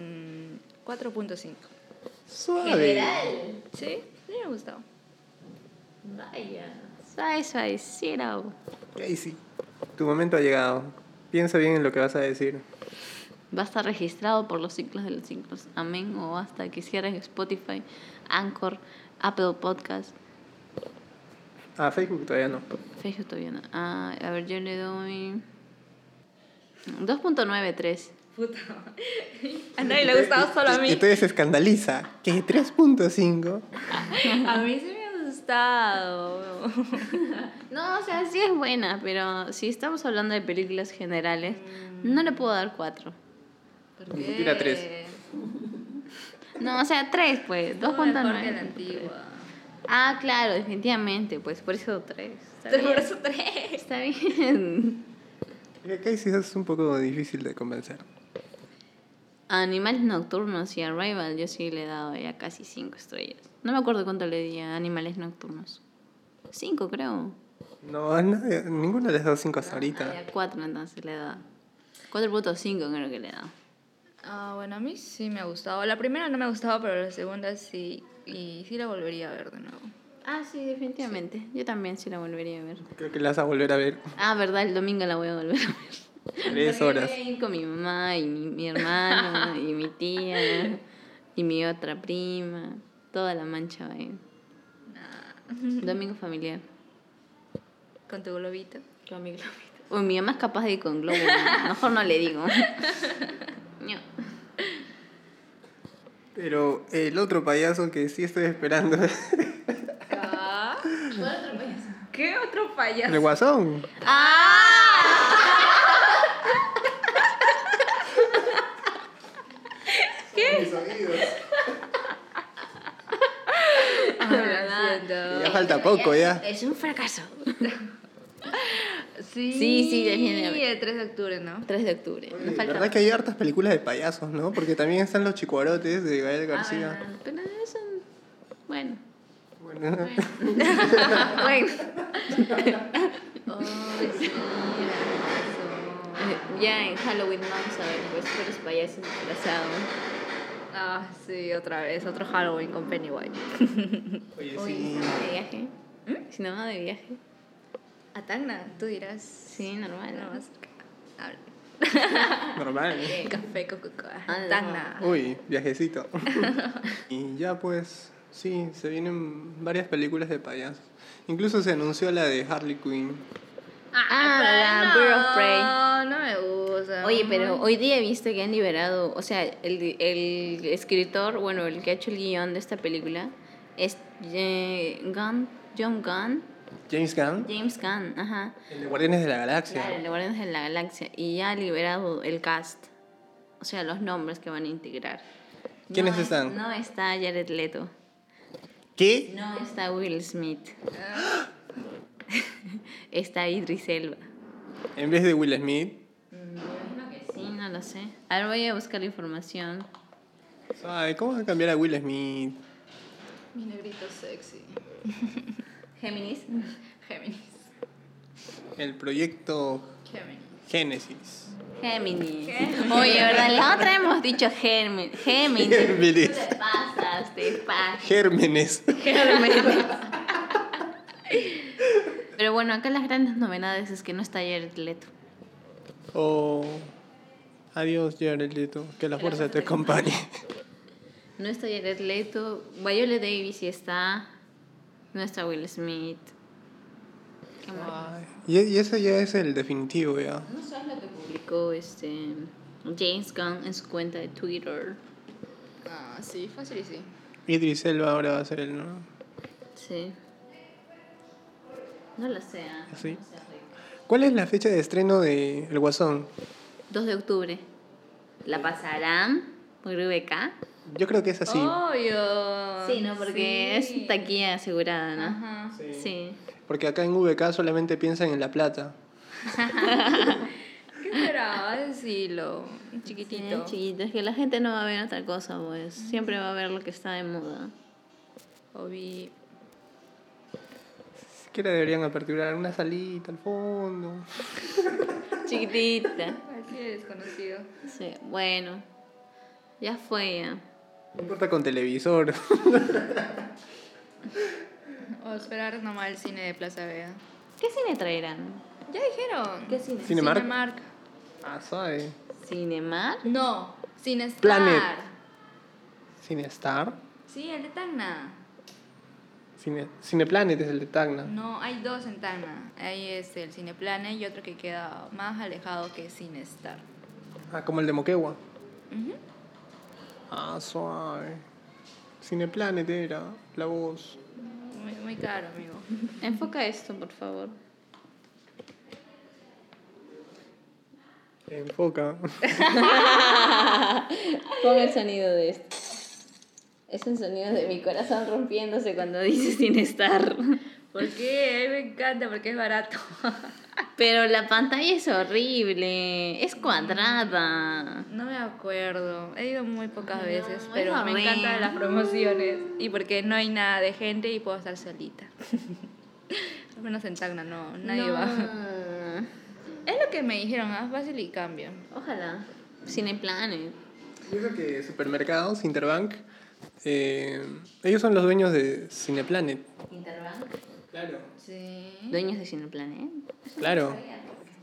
Speaker 3: Mm, 4.5.
Speaker 1: Suave.
Speaker 3: ¿Sí? Sí, me ha gustado.
Speaker 2: Vaya. Suave, suave, cero.
Speaker 1: Casey, tu momento ha llegado. Piensa bien en lo que vas a decir.
Speaker 2: Va a estar registrado por los ciclos de los ciclos. Amén. O hasta que cierren Spotify, Anchor, Apple Podcast.
Speaker 1: Ah, Facebook todavía no.
Speaker 2: Facebook todavía no. Ah, a ver, yo le doy. 2.93.
Speaker 3: A nadie le ha gustado, solo a mí.
Speaker 1: Entonces se escandaliza. Que 3.5.
Speaker 3: *laughs* A mí sí me ha gustado.
Speaker 2: No, o sea, sí es buena, pero si estamos hablando de películas generales, no le puedo dar 4.
Speaker 3: ¿Por
Speaker 1: Ni siquiera tres.
Speaker 2: No, o sea, 3, pues.
Speaker 3: Estuvo mejor que la
Speaker 2: 2.9.
Speaker 3: antigua.
Speaker 2: Ah, claro, definitivamente, pues por eso 3.
Speaker 3: Por eso tres.
Speaker 2: Está bien. *laughs*
Speaker 1: Casey es un poco difícil de convencer.
Speaker 2: Animales Nocturnos y Arrival, yo sí le he dado ya casi 5 estrellas. No me acuerdo cuánto le di a Animales Nocturnos. 5, creo.
Speaker 1: No, a nadie- ninguno les da 5 hasta ahorita.
Speaker 2: 4 entonces le da. 4.5 creo que le da.
Speaker 3: *laughs* Ah, bueno, a mí sí me ha gustado. La primera no me ha gustado, pero la segunda sí. Y sí la volvería a ver de nuevo.
Speaker 2: Ah, sí, definitivamente. Yo también sí la volvería a ver.
Speaker 1: Creo que las vas a volver a ver
Speaker 2: Ah, verdad, el domingo la voy a volver a ver.
Speaker 1: 3
Speaker 2: Porque
Speaker 1: horas.
Speaker 2: Voy a ir con mi mamá y mi, mi hermano y mi tía y mi otra prima. Toda la mancha va a ir. Domingo familiar.
Speaker 3: Con tu globito.
Speaker 2: Con mi globito. Uy, mi mamá es *laughs* capaz de ir con globo. Mejor no le digo. No.
Speaker 1: Pero el otro payaso que sí estoy esperando.
Speaker 2: Ah, ¿cuál otro payaso?
Speaker 3: ¿Qué otro *laughs* payaso?
Speaker 1: El guasón.
Speaker 3: Ah,
Speaker 1: *laughs*
Speaker 3: Ah, lo siento.
Speaker 1: Ya falta poco, ya.
Speaker 2: Es un fracaso.
Speaker 3: Sí,
Speaker 2: Sí, sí, definitivamente.
Speaker 3: el 3 de octubre, ¿no?
Speaker 2: 3 de octubre.
Speaker 1: Oye,
Speaker 2: Nos
Speaker 1: La
Speaker 2: falta.
Speaker 1: verdad que hay hartas películas de payasos, ¿no? Porque también están los chicuarotes de Gael García.
Speaker 2: Ah, Pero es un. Bueno.
Speaker 1: Bueno, *laughs*
Speaker 2: bueno. *laughs*
Speaker 3: Ay, sí, payaso.
Speaker 2: Ya en Halloween vamos a ver, pues, por los payasos disfrazados.
Speaker 3: Ah, sí, otra vez, otro Halloween con Pennywise.
Speaker 1: oye,
Speaker 2: Uy,
Speaker 1: sí.
Speaker 2: ¿no de viaje?
Speaker 1: ¿Mm?
Speaker 2: Si no, no de viaje.
Speaker 3: A Tacna, tú dirás.
Speaker 2: Sí, normal.
Speaker 3: Nada más. Ah,
Speaker 1: Normal.
Speaker 3: Café con cocoa.
Speaker 2: Ah, no.
Speaker 3: Tacna.
Speaker 1: Uy,
Speaker 2: *laughs*
Speaker 1: viajecito. y ya pues, sí, se vienen varias películas de payasos. Incluso se anunció la de Harley Quinn.
Speaker 2: Ah, la Bird of Prey.
Speaker 3: No, no me gusta.
Speaker 2: Oye, pero hoy día he visto que han liberado, o sea, el, el escritor, bueno, el que ha hecho el guión de esta película es eh, Gunn, John Gunn,
Speaker 1: James Gunn,
Speaker 2: James Gunn, ajá.
Speaker 1: el de Guardianes de la Galaxia.
Speaker 2: Claro, el de Guardianes de la Galaxia. Y ya ha liberado el cast, o sea, los nombres que van a integrar.
Speaker 1: ¿Quiénes
Speaker 2: No es-
Speaker 1: están?
Speaker 2: no está Jared Leto,
Speaker 1: ¿Qué?
Speaker 2: no está
Speaker 1: *gasps*
Speaker 2: Will Smith, *laughs* está Idris Elba.
Speaker 1: En vez de Will Smith.
Speaker 2: Sí, no lo sé. A ver, voy a buscar la información.
Speaker 1: Ay, ¿Cómo vas a cambiar a Will Smith?
Speaker 3: Mi negrito sexy.
Speaker 2: Géminis.
Speaker 3: Géminis.
Speaker 1: El proyecto
Speaker 3: Géminis.
Speaker 1: Génesis.
Speaker 2: Géminis. Oye, ¿verdad? La otra hemos dicho Germen.
Speaker 1: *laughs*
Speaker 2: Géminis.
Speaker 1: Géminis.
Speaker 2: Tú te pasas, te pasas.
Speaker 1: Gérmenes.
Speaker 2: Gérmenes. *laughs* Pero bueno, acá las grandes novedades es que no está Jared Leto.
Speaker 1: Oh. Adiós, Jared Leto. Que la fuerza te acompañe.
Speaker 2: No está Jared Leto. Viola Davis sí está. No está Will Smith. Qué mal.
Speaker 1: *laughs* Ay, Y, y ese ya es el definitivo, ya.
Speaker 2: No sabes lo que publicó este James Gunn en su cuenta de Twitter.
Speaker 3: Ah, sí, fácil y sí.
Speaker 1: Idris Elba ahora va a ser el nuevo.
Speaker 2: Sí. No lo sé. ah.
Speaker 1: Sí.
Speaker 2: No sé, Rick.
Speaker 1: ¿Cuál es la fecha de estreno de El Guasón?
Speaker 2: 2 de octubre. La pasarán por VK.
Speaker 1: Yo creo que es así.
Speaker 3: Obvio.
Speaker 2: Sí, ¿no? Porque
Speaker 3: Sí.
Speaker 2: es taquilla asegurada, ¿no?
Speaker 3: Ajá.
Speaker 2: Sí.
Speaker 1: Porque acá en VK solamente piensan en La Plata.
Speaker 3: ¿Qué esperaba decirlo? *laughs* Un
Speaker 2: Sí,
Speaker 3: Chiquitito.
Speaker 2: chiquito. Es que la gente no va a ver otra cosa, pues. Siempre va a ver lo que está de moda.
Speaker 3: Obi.
Speaker 1: Siquiera deberían aperturar una salita al fondo.
Speaker 2: Chiquitita.
Speaker 3: Así de desconocido.
Speaker 2: Sí, bueno. Ya fue ya.
Speaker 1: No importa con televisor. *laughs*
Speaker 3: O esperar nomás el cine de Plaza Vea.
Speaker 2: ¿Qué cine traerán?
Speaker 3: Ya dijeron.
Speaker 2: ¿Qué cine?
Speaker 1: Cinemark.
Speaker 3: Cinemark.
Speaker 1: ah, sabe.
Speaker 2: ¿Cinemar?
Speaker 3: No, Cinestar.
Speaker 1: Planet. Cinestar.
Speaker 3: Sí, el de Tacna.
Speaker 1: Cine, Cineplanet es el de Tacna.
Speaker 3: No, hay dos en Tacna. Ahí es el Cineplanet y otro que queda más alejado que Cinestar.
Speaker 1: Ah, como el de Moquegua. Ah, suave. Cineplanet era la voz.
Speaker 3: Muy, muy caro, amigo.
Speaker 2: Enfoca esto, por favor.
Speaker 1: Enfoca.
Speaker 2: Pon el sonido de esto. Es el sonido de mi corazón rompiéndose cuando dice sin estar.
Speaker 3: ¿Por qué? A mí me encanta porque es barato. *laughs*
Speaker 2: Pero la pantalla es horrible. Es cuadrada.
Speaker 3: No me acuerdo. He ido muy pocas
Speaker 2: No,
Speaker 3: veces,
Speaker 2: es
Speaker 3: pero me
Speaker 2: horrible.
Speaker 3: encantan las promociones. Y porque no hay nada de gente y puedo estar solita. *laughs* Al menos en Tacna no, nadie
Speaker 2: No.
Speaker 3: va. Es lo que me dijeron, ah, fácil y cambio.
Speaker 2: Ojalá. Cineplanet.
Speaker 1: Yo creo que Supermercados, Interbank, eh, ellos son los dueños de Cineplanet.
Speaker 2: Interbank.
Speaker 1: Claro.
Speaker 3: Sí.
Speaker 2: Dueños de Cineplanet.
Speaker 1: Claro.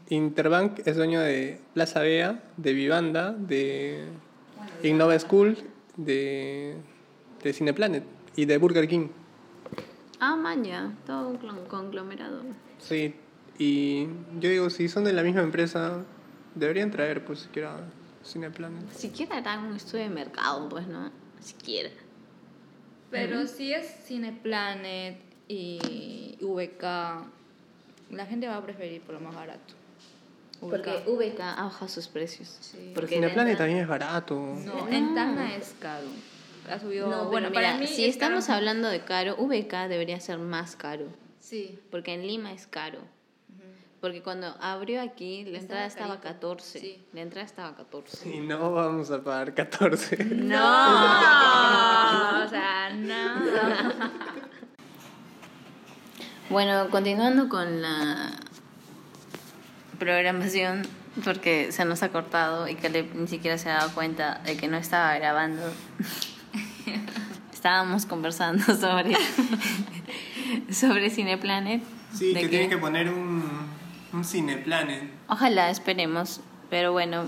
Speaker 1: Interbank es dueño de Plaza Bea, de Vivanda, de Innova School, de, de Cineplanet y de Burger King.
Speaker 2: Ah, man, ya. Todo un clon- conglomerado.
Speaker 1: Sí, y yo digo, si son de la misma empresa, deberían traer, pues, siquiera Cineplanet.
Speaker 2: Siquiera harán un estudio de mercado, pues, ¿no? siquiera.
Speaker 3: Pero sí es Cineplanet y VK. La gente va a preferir por lo más barato. VK.
Speaker 2: Porque VK ha bajado sus precios.
Speaker 3: Sí.
Speaker 2: Porque
Speaker 1: Cineplanet
Speaker 2: de entrada-
Speaker 1: también es barato.
Speaker 3: No,
Speaker 2: No.
Speaker 3: en Tacna es caro. Ha subido.
Speaker 2: No,
Speaker 3: Ah. bueno,
Speaker 2: bueno, mira,
Speaker 3: para mí.
Speaker 2: si
Speaker 3: es
Speaker 2: estamos
Speaker 3: caro.
Speaker 2: hablando de caro, VK debería ser más caro.
Speaker 3: Sí.
Speaker 2: Porque en Lima es caro.
Speaker 3: Ujú.
Speaker 2: Porque cuando abrió aquí, la
Speaker 3: Estaba
Speaker 2: entrada estaba
Speaker 3: carito.
Speaker 2: 14.
Speaker 3: Sí.
Speaker 2: La entrada estaba 14.
Speaker 1: Y no vamos a pagar 14.
Speaker 3: No, o sea, no.
Speaker 2: Bueno, continuando con la programación, porque se nos ha cortado y Caleb ni siquiera se ha dado cuenta de que no estaba
Speaker 3: *laughs*
Speaker 2: grabando. Estábamos conversando sobre, *laughs* sobre Cineplanet.
Speaker 1: Sí,
Speaker 2: de
Speaker 1: que tienen que poner un, un Cineplanet.
Speaker 2: Ojalá esperemos, pero bueno,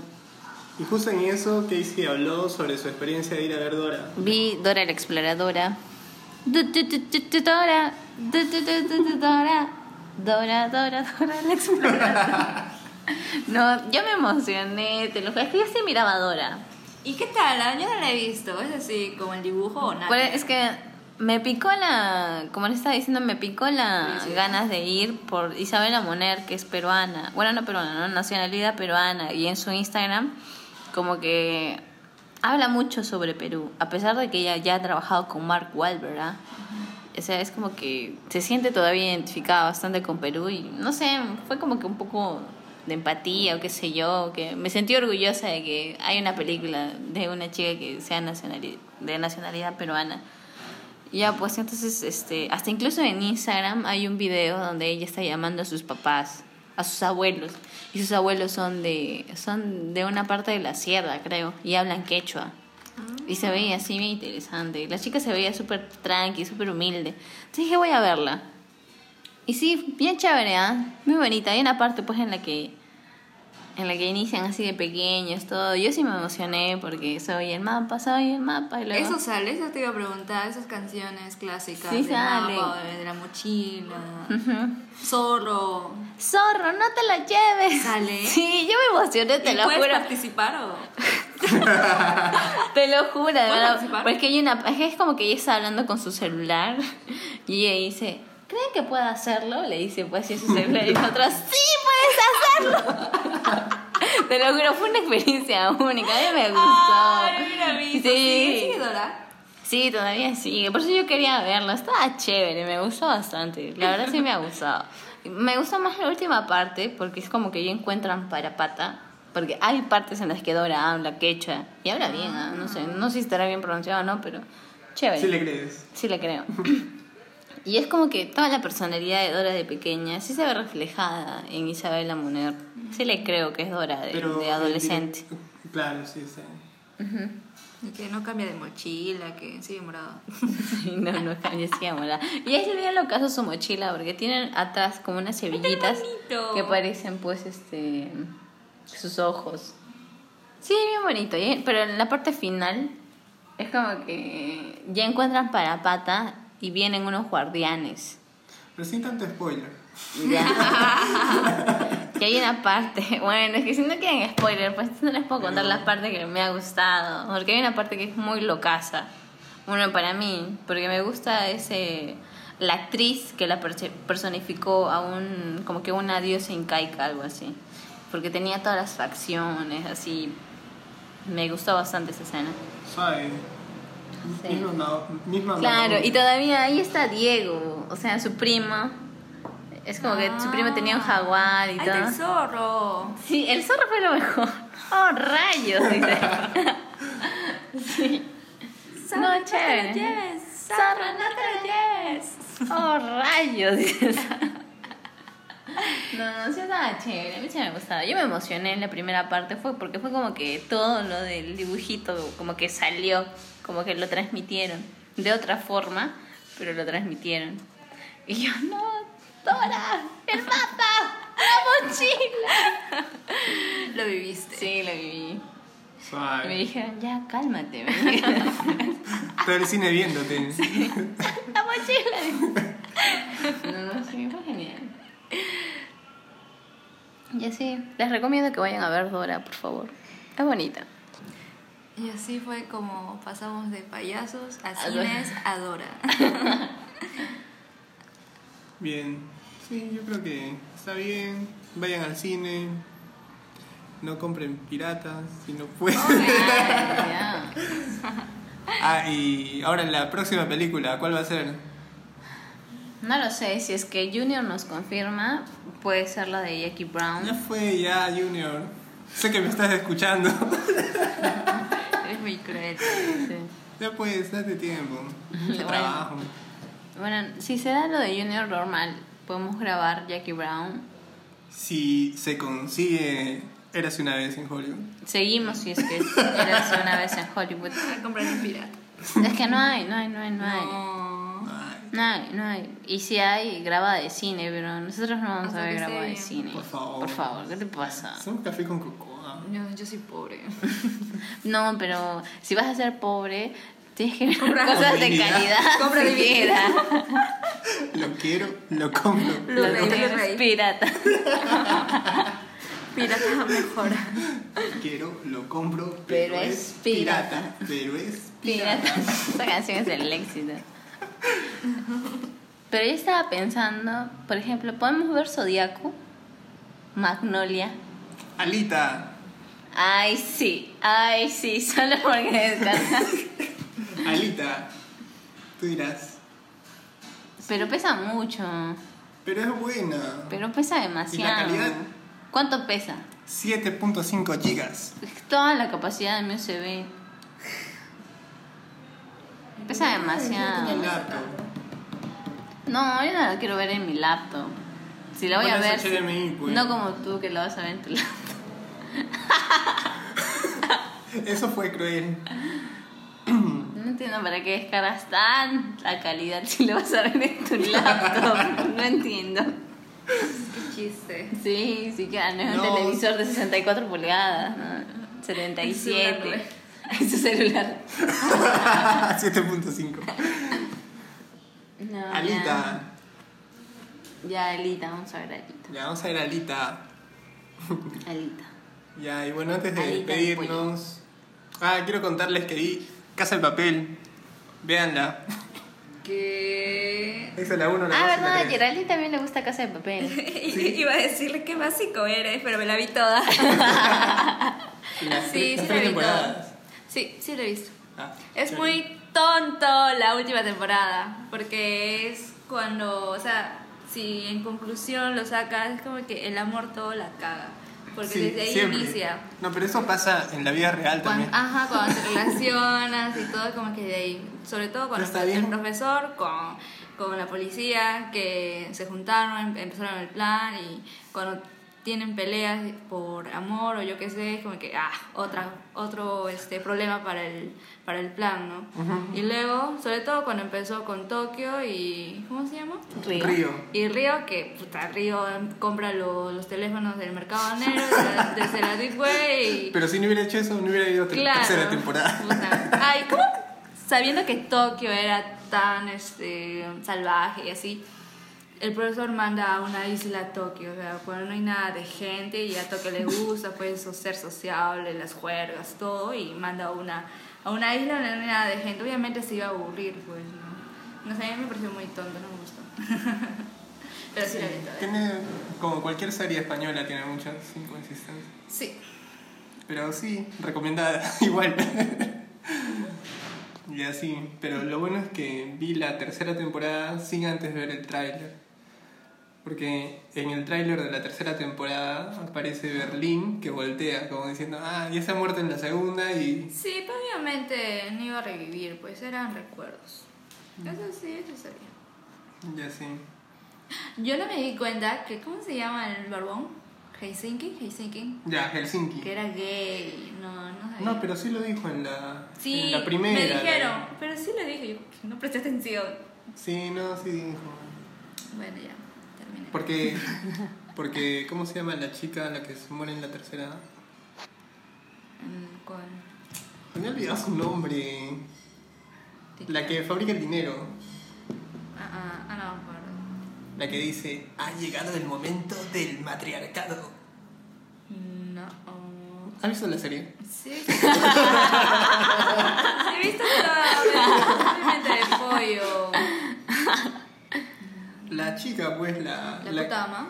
Speaker 1: Y justo en eso, Casey habló sobre su experiencia de ir a ver Dora.
Speaker 2: vi Dora la Exploradora. Du- du- du- du- du- Dora, Du- du- du- du- du- Dora, Dora, Dora, Dora la Exploradora. *laughs* No, yo me emocioné, te lo juro, es que yo sí miraba a Dora.
Speaker 3: ¿Y qué tal? Ah, Yo no la he visto. ¿Es así como el dibujo o nada?
Speaker 2: Por- e, es que me picó la, como le estaba diciendo, me picó la
Speaker 3: Curiosidad.
Speaker 2: ganas de ir por Isabela Moner, que es peruana, bueno, no peruana, no, nacionalidad peruana, y en su Instagram como que habla mucho sobre Perú, a pesar de que ella ya ha trabajado con Mark Wahlberg, ¿ah? O sea, es como que se siente todavía identificada bastante con Perú y no sé, fue como que un poco de empatía o qué sé yo, que me sentí orgullosa de que hay una película de una chica que sea nacionali- de nacionalidad peruana. Ya, pues entonces, este, hasta incluso en Instagram hay un video donde ella está llamando a sus papás, a sus abuelos, y sus abuelos son de, son de una parte de la sierra, creo, y hablan quechua. Y se veía así bien interesante. La chica se veía súper tranqui, súper humilde. Entonces dije, voy a verla. Y sí, bien chévere, ¿ah? Muy bonita. Hay una parte, pues, en la que en la que inician así de pequeños, todo. Yo sí me emocioné porque soy el mapa, soy el mapa. Y luego...
Speaker 3: Eso sale, eso te iba a preguntar, esas canciones clásicas
Speaker 2: Sí
Speaker 3: de
Speaker 2: sale.
Speaker 3: Mapa, de, de la mochila,
Speaker 2: Ujú.
Speaker 3: zorro.
Speaker 2: Zorro, no te la lleves. *laughs*
Speaker 3: Sale.
Speaker 2: Sí, yo me emocioné, te
Speaker 3: ¿Y
Speaker 2: lo
Speaker 3: puedes
Speaker 2: juro.
Speaker 3: participar o?
Speaker 2: Te lo juro, de
Speaker 3: ¿Puedes
Speaker 2: verdad.
Speaker 3: participar?
Speaker 2: Porque hay una. Es que es como que ella está hablando con su celular *laughs* y ella dice. ¿Creen que pueda hacerlo? Le dice, pues, si es su celular. Y nosotros, ¡sí, puedes hacerlo! *laughs* Te lo juro, fue una experiencia única. A mí me gustó.
Speaker 3: Ay, mira,
Speaker 2: sí.
Speaker 3: visto. ¿Sigue seguidora?
Speaker 2: Sí, todavía sigue. Por eso yo quería verlo. Estaba chévere, me gustó bastante. La verdad sí me ha gustado. Me gusta más la última parte porque es como que ellos encuentran para pata. Porque hay partes en las que Dora habla quechua. Y habla bien, ¿ah? no sé. No sé si estará bien pronunciado o no, pero chévere.
Speaker 1: Si le crees.
Speaker 2: Sí le creo. *clears throat* Y es como que toda la personalidad de Dora de pequeña sí se ve reflejada en Isabela Moner. Sí le creo que es Dora de,
Speaker 1: Pero
Speaker 2: de adolescente.
Speaker 1: Claro, sí, está.
Speaker 3: Y Que no cambia de mochila, que sigue morado.
Speaker 2: *laughs* Sí, no, no cambia, sí, amor. Y ahí se veía lo caso su mochila, porque tienen atrás como unas hebillitas
Speaker 3: bonito!
Speaker 2: que parecen pues este sus ojos. Sí, bien bonito, y- pero en la parte final es como que ya encuentran para pata y vienen unos guardianes.
Speaker 1: Pero sin tanto spoiler.
Speaker 2: Y hay una parte, *laughs* bueno, es que si no quieren spoiler, pues no les puedo contar
Speaker 1: No.
Speaker 2: las partes que me ha gustado, porque hay una parte que es muy locaza, bueno, para mí, porque me gusta ese, la actriz que la perse- personificó a un, como que una diosa incaica, algo así, porque tenía todas las facciones, así, me gustó bastante esa escena.
Speaker 1: *laughs* Suave.
Speaker 2: Sí.
Speaker 1: Misma, ma- misma
Speaker 2: Claro,
Speaker 1: Madonna.
Speaker 2: y todavía ahí está Diego, o sea, su primo, es como que su primo tenía un jaguar y
Speaker 3: ¡Ay,
Speaker 2: todo.
Speaker 3: el zorro!
Speaker 2: Sí, el zorro fue lo mejor. *laughs* ¡Oh, rayos! Dice. *laughs* Sí.
Speaker 3: ¡Zorro,
Speaker 2: No,
Speaker 3: no te
Speaker 2: chévere.
Speaker 3: lo lleves!
Speaker 2: Zorro,
Speaker 3: ¡Zorro, no te lo lleves!
Speaker 2: ¡Oh, rayos! Dice. No, no, sí estaba chévere. A mí sí me gustaba. Yo me emocioné en la primera parte fue porque fue como que todo lo del dibujito como que salió, como que lo transmitieron. De otra forma, pero lo transmitieron. Y yo, no, Dora, el mapa, la mochila.
Speaker 3: Lo viviste.
Speaker 2: Sí, lo viví. Y me
Speaker 1: Suave.
Speaker 2: dijeron, ya, cálmate. me dijeron.
Speaker 1: Todo el cine viéndote.
Speaker 2: La mochila. *laughs* No, no, sí, fue genial. Y así, les recomiendo que vayan a ver Dora, por favor. Es bonita.
Speaker 3: Y así fue como pasamos de payasos a cines a Dora.
Speaker 1: Bien, sí, yo creo que está bien. Vayan al cine. No compren piratas si no
Speaker 2: *laughs*
Speaker 1: pueden.
Speaker 2: Oh, Ya, ya.
Speaker 1: Ah, y ahora la próxima película, ¿cuál va a ser?
Speaker 2: No lo sé, si es que Junior nos confirma, puede ser la de Jackie
Speaker 1: Ya
Speaker 2: Brown.
Speaker 1: fue, ya, Junior. Sé que me estás escuchando. *laughs*
Speaker 3: es muy cruel.
Speaker 2: Sí.
Speaker 1: ya pues, date tiempo. Mucho
Speaker 2: Bueno.
Speaker 1: trabajo.
Speaker 2: Bueno, si se da lo de Junior normal, podemos grabar Jackie Brown.
Speaker 1: Si se consigue, érase una vez en Hollywood.
Speaker 2: Seguimos si es que eras una vez en Hollywood.
Speaker 3: A comprar un pirata.
Speaker 2: Es que no hay, no hay, no hay, no hay.
Speaker 3: No.
Speaker 1: Ay,
Speaker 2: No hay, no hay. Y si hay, graba de cine, pero nosotros no vamos
Speaker 3: Hasta
Speaker 2: a ver
Speaker 3: que esté
Speaker 2: grabado de
Speaker 3: bien.
Speaker 2: cine.
Speaker 1: Por favor.
Speaker 2: Por favor, ¿qué te pasa?
Speaker 1: hacemos café con cocoa.
Speaker 3: No, yo soy
Speaker 1: *laughs*
Speaker 3: pobre.
Speaker 2: No, pero si vas a ser pobre, tienes que ver
Speaker 3: Compra
Speaker 2: cosas de
Speaker 1: dignidad.
Speaker 2: calidad.
Speaker 3: Compra
Speaker 2: siquiera.
Speaker 1: Lo quiero, lo compro.
Speaker 2: *laughs*
Speaker 3: Lo
Speaker 2: Lo
Speaker 3: leí,
Speaker 2: de
Speaker 3: lo leí.
Speaker 2: pirata.
Speaker 3: Pirata mejora.
Speaker 1: Lo quiero, lo compro, pero,
Speaker 2: Pero
Speaker 1: es,
Speaker 2: es
Speaker 1: pirata. Pero es pirata.
Speaker 2: Pirata. Esa canción es el éxito. Pero yo estaba pensando, por ejemplo, podemos ver Zodíaco, Magnolia.
Speaker 1: Alita,
Speaker 2: Ay, sí, ay, sí, *laughs* solo porque descansa.
Speaker 1: Alita. Tú dirás,
Speaker 2: Pero pesa mucho,
Speaker 1: pero es buena.
Speaker 2: pero pesa demasiado.
Speaker 1: calidad?
Speaker 2: ¿Cuánto pesa?
Speaker 1: 7.5 gigas.
Speaker 2: Es que Toda la capacidad de mi USB. Pesa
Speaker 3: Ah,
Speaker 1: Una
Speaker 2: demasiado.
Speaker 1: laptop.
Speaker 2: No, yo no la quiero ver en mi laptop. Si la voy
Speaker 1: Bueno,
Speaker 2: a ver.
Speaker 1: es HDMI, pues.
Speaker 2: No como tú que la vas a ver en tu laptop.
Speaker 1: Eso fue cruel. *laughs*
Speaker 2: No entiendo para qué descaras tan la calidad si la vas a ver en tu laptop. No entiendo.
Speaker 3: *laughs* Qué chiste.
Speaker 2: Sí, sí, claro, no es un
Speaker 1: No.
Speaker 2: televisor de 64 pulgadas, ¿no? 77.
Speaker 3: celular,
Speaker 2: Es su celular.
Speaker 1: 7.5.
Speaker 2: No,
Speaker 3: Ah.
Speaker 1: Alita.
Speaker 2: Ya. Ya, Alita, vamos a ver Alita.
Speaker 1: Ya vamos a ver a Alita.
Speaker 2: Alita.
Speaker 1: Ya, y bueno, antes de
Speaker 2: Alita de
Speaker 1: despedirnos. Ah, quiero contarles que vi Casa del Papel. Véanla.
Speaker 3: Que.
Speaker 1: Esa es la 1, la dos
Speaker 2: Ah,
Speaker 1: y la
Speaker 2: verdad, a
Speaker 1: tres.
Speaker 2: Geraldine también le gusta Casa de
Speaker 3: *laughs*
Speaker 2: Papel.
Speaker 3: Iba a decirle qué básico eres, pero me la
Speaker 1: *laughs*
Speaker 3: vi toda.
Speaker 1: Las tres-
Speaker 3: Sí, sí
Speaker 1: las
Speaker 3: la
Speaker 1: tres
Speaker 3: vi
Speaker 1: temporadas.
Speaker 3: Sí, sí lo he visto.
Speaker 1: Ah,
Speaker 3: Es
Speaker 1: chévere.
Speaker 3: muy tonto la última temporada, porque es cuando, o sea, si en conclusión lo sacas, es como que el amor todo la caga, porque
Speaker 1: Sí,
Speaker 3: desde ahí
Speaker 1: siempre.
Speaker 3: inicia.
Speaker 1: No, pero eso pasa en la vida real
Speaker 3: Cuando, Ah,
Speaker 1: también.
Speaker 3: ajá, cuando
Speaker 1: *laughs*
Speaker 3: te relacionas y todo, como que de ahí, sobre todo con
Speaker 1: Pero está
Speaker 3: el
Speaker 1: bien.
Speaker 3: profesor, con, con la policía, que se juntaron, em- empezaron el plan y cuando tienen peleas por amor o yo qué sé, como que, ah, otra, otro este, problema para el, para el plan, ¿no? Y luego, sobre todo cuando empezó con Tokio y, ¿cómo se llama?
Speaker 2: Río.
Speaker 1: Río.
Speaker 3: Y Río, que puta, Río compra lo- los teléfonos del mercado negro desde la- desde la Deep Web y
Speaker 1: *laughs* Pero si no hubiera hecho eso, no hubiera habido ter-
Speaker 3: Claro.
Speaker 1: tercera temporada.
Speaker 3: Puta. Ay, ¿cómo? Sabiendo que Tokio era tan este, salvaje y así, el profesor manda a una isla a Tokio, o sea, cuando no hay nada de gente y a Tokio le gusta, pues, so- ser sociable, las juergas, todo, y manda a una, a una isla donde no hay nada de gente. Obviamente se iba a aburrir, pues, ¿no? No sé, a mí me pareció muy tonto, no me gustó. *laughs* Pero sí, la vi toda.
Speaker 1: Tiene, como cualquier serie española, tiene muchas inconsistencias.
Speaker 3: Sí.
Speaker 1: Pero sí, recomendada, *laughs* igual. y así, pero lo bueno es que vi la tercera temporada sin antes ver el tráiler. Porque en el tráiler de la tercera temporada aparece Berlín que voltea, como diciendo, ah, ya se ha muerto en la segunda y...
Speaker 3: Sí, pero obviamente no iba a revivir, pues eran recuerdos.
Speaker 1: Mm.
Speaker 3: Eso sí, eso sabía.
Speaker 1: Y así.
Speaker 3: Yo no me di cuenta que, ¿cómo se llama el barbón? Helsinki, Helsinki.
Speaker 1: Ya, Helsinki.
Speaker 3: Que era gay, no, no sabía.
Speaker 1: No, pero sí lo dijo en la,
Speaker 3: sí,
Speaker 1: en la primera.
Speaker 3: me dijeron,
Speaker 1: la-
Speaker 3: pero sí le dije, yo no presté atención.
Speaker 1: Sí, no, sí dijo.
Speaker 3: Bueno, ya, terminé.
Speaker 1: Porque, porque, ¿cómo se llama la chica a la que se muere en la tercera?
Speaker 3: Mm, ¿Cuál?
Speaker 1: Me he olvidado su nombre. La que fabrica el dinero.
Speaker 3: Ah, ah, ah, no, me acuerdo.
Speaker 1: La que dice, ha llegado el momento del matriarcado.
Speaker 3: No.
Speaker 1: ¿Has visto la serie?
Speaker 3: Sí. *laughs* He visto la mente de pollo.
Speaker 1: La chica, pues, la.
Speaker 3: La puta ama.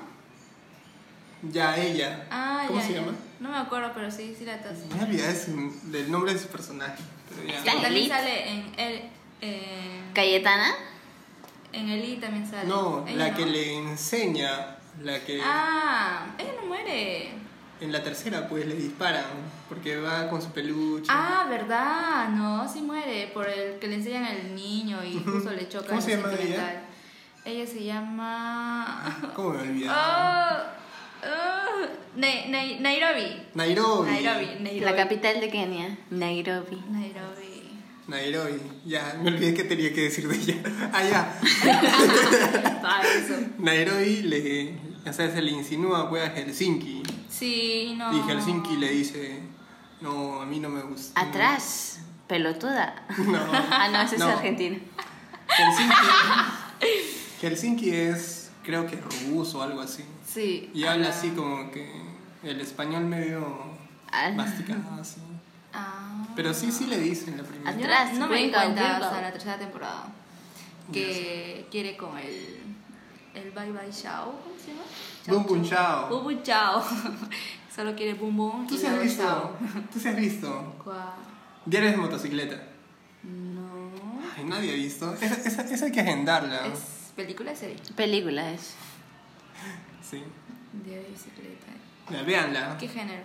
Speaker 1: Ya, ella.
Speaker 3: Ah,
Speaker 1: ¿Cómo
Speaker 3: ya,
Speaker 1: se
Speaker 3: ya.
Speaker 1: llama?
Speaker 3: No me acuerdo, pero sí, sí la tos.
Speaker 1: Me he olvidado de su- del nombre de su personaje. Pero ya.
Speaker 2: Está-
Speaker 3: También
Speaker 2: Elite.
Speaker 3: sale en el. eh,
Speaker 2: ¿Cayetana?
Speaker 3: en Eli también sale.
Speaker 1: No,
Speaker 3: Ella
Speaker 1: la que le enseña, la que
Speaker 3: Ah, ella no muere.
Speaker 1: en la tercera pues le disparan, porque va con su peluche.
Speaker 3: Ah, verdad, no, sí muere por el que le enseñan al niño y
Speaker 1: Ujú.
Speaker 3: justo le choca.
Speaker 1: ¿Cómo
Speaker 3: en
Speaker 1: se
Speaker 3: lo
Speaker 1: llama ella?
Speaker 3: sentimental. Ella se llama.
Speaker 1: ¿Cómo me he olvidado?
Speaker 3: *laughs* Oh, oh, Nai- Nai- Nairobi.
Speaker 1: Nairobi.
Speaker 3: Nairobi, Nairobi.
Speaker 2: La capital de Kenia,
Speaker 3: Mm.
Speaker 2: Nairobi.
Speaker 3: Nairobi. *laughs*
Speaker 1: Nairobi. Ya, me olvidé que tenía que decir de ella. Ah, ya.
Speaker 3: Ah, eso.
Speaker 1: Nairobi le, o sea, se le insinúa pues a Helsinki.
Speaker 3: Sí, no.
Speaker 1: Y Helsinki le dice, no, a mí no me gusta.
Speaker 2: Atrás, pelotuda.
Speaker 1: *laughs* No.
Speaker 2: Ah, no, ese
Speaker 1: No.
Speaker 2: es argentino.
Speaker 1: Helsinki, Helsinki es, creo que ruso o algo así.
Speaker 3: Sí.
Speaker 1: Y habla así como que el español medio
Speaker 2: Ah.
Speaker 1: masticado así.
Speaker 3: Ah.
Speaker 1: Pero sí, sí le dicen la
Speaker 2: Ah,
Speaker 1: primera.
Speaker 2: ya.
Speaker 3: Yo
Speaker 2: Atrás,
Speaker 3: no- no me di
Speaker 2: Virgo,
Speaker 3: cuenta
Speaker 2: Virgo.
Speaker 3: hasta la tercera temporada que quiere con el el bye bye chao ¿cómo se llama? Chao,
Speaker 1: Bum Bum Chao.
Speaker 3: Bum Bum chao *laughs* solo quiere bum bum
Speaker 1: ¿Tú
Speaker 3: y
Speaker 1: sí has
Speaker 3: luego chao
Speaker 1: visto? ¿Tú sí has visto?
Speaker 3: ¿Cuál?
Speaker 1: Diarios de motocicleta.
Speaker 3: no
Speaker 1: Ay, nadie ha visto. Esa, esa, esa hay que agendarla.
Speaker 3: es película o serie
Speaker 2: Película es.
Speaker 1: Sí.
Speaker 3: de bicicleta
Speaker 1: Ya, véanla.
Speaker 3: ¿qué género?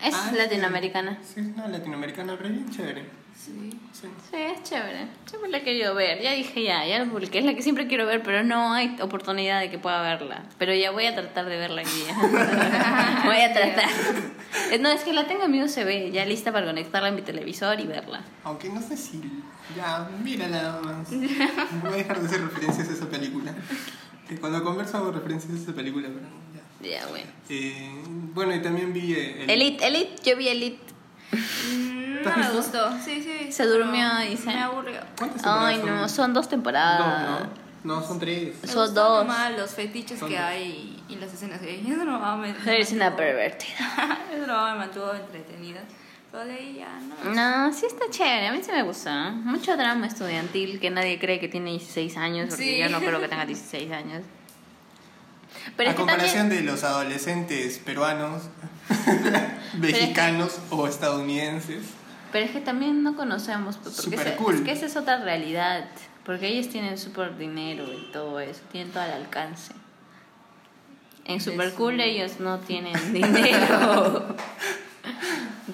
Speaker 2: Es
Speaker 1: Ah,
Speaker 2: latinoamericana.
Speaker 1: Sí, es una latinoamericana, pero bien chévere.
Speaker 3: sí
Speaker 1: Sí.
Speaker 2: Sí, es chévere. Siempre la he querido ver. Ya dije ya, ya porque es la que siempre quiero ver, pero no hay oportunidad de que pueda verla. Pero ya voy a tratar de verla aquí. ya. voy a tratar. Eh, No, es que la tengo en mi USB, ya lista para conectarla a mi televisor y verla.
Speaker 1: Aunque no sé si. Ya, mira nada
Speaker 2: *laughs*
Speaker 1: más. Voy a dejar de hacer referencias a esa película. Que cuando converso hago referencias a esa película, pero ya.
Speaker 2: Ya, bueno.
Speaker 1: Eh, bueno, y también vi. eh, El,
Speaker 2: Elite, Elite, yo vi Elite.
Speaker 3: Mm,
Speaker 1: ¿Tú has
Speaker 3: no me
Speaker 1: visto?
Speaker 3: gustó sí sí
Speaker 2: Se durmió,
Speaker 3: pero
Speaker 2: dice.
Speaker 3: me aburrió
Speaker 1: ¿Cuántas temporadas
Speaker 2: Ay, no,
Speaker 1: son
Speaker 2: son ah, dos temporadas.
Speaker 1: dos, ¿no? No, son tres.
Speaker 3: Me
Speaker 2: Son
Speaker 3: gustó
Speaker 2: dos.
Speaker 3: nomás los fetiches
Speaker 1: Son
Speaker 3: que
Speaker 1: dos.
Speaker 3: hay y las escenas *laughs* gay eso no me
Speaker 2: Eres una
Speaker 3: perversa
Speaker 2: pervertida.
Speaker 3: *laughs* Eso no me mantuvo entretenida. Pero de ahí ya no.
Speaker 2: No, sí está chévere, a mí sí me gusta. Mucho drama estudiantil que nadie cree que tiene 16 años, porque
Speaker 3: Sí.
Speaker 2: yo no creo que tenga
Speaker 1: *laughs*
Speaker 2: 16 años. Pero
Speaker 1: a
Speaker 2: es que
Speaker 1: comparación
Speaker 2: también,
Speaker 1: de los adolescentes peruanos,
Speaker 2: *laughs*
Speaker 1: mexicanos o estadounidenses.
Speaker 2: pero es que también no conocemos, pues, porque
Speaker 1: Super
Speaker 2: es,
Speaker 1: cool.
Speaker 2: es que esa es otra realidad, porque ellos tienen súper dinero y todo eso, tienen todo al alcance. En
Speaker 3: Pues
Speaker 2: super cool ellos no tienen *laughs* dinero.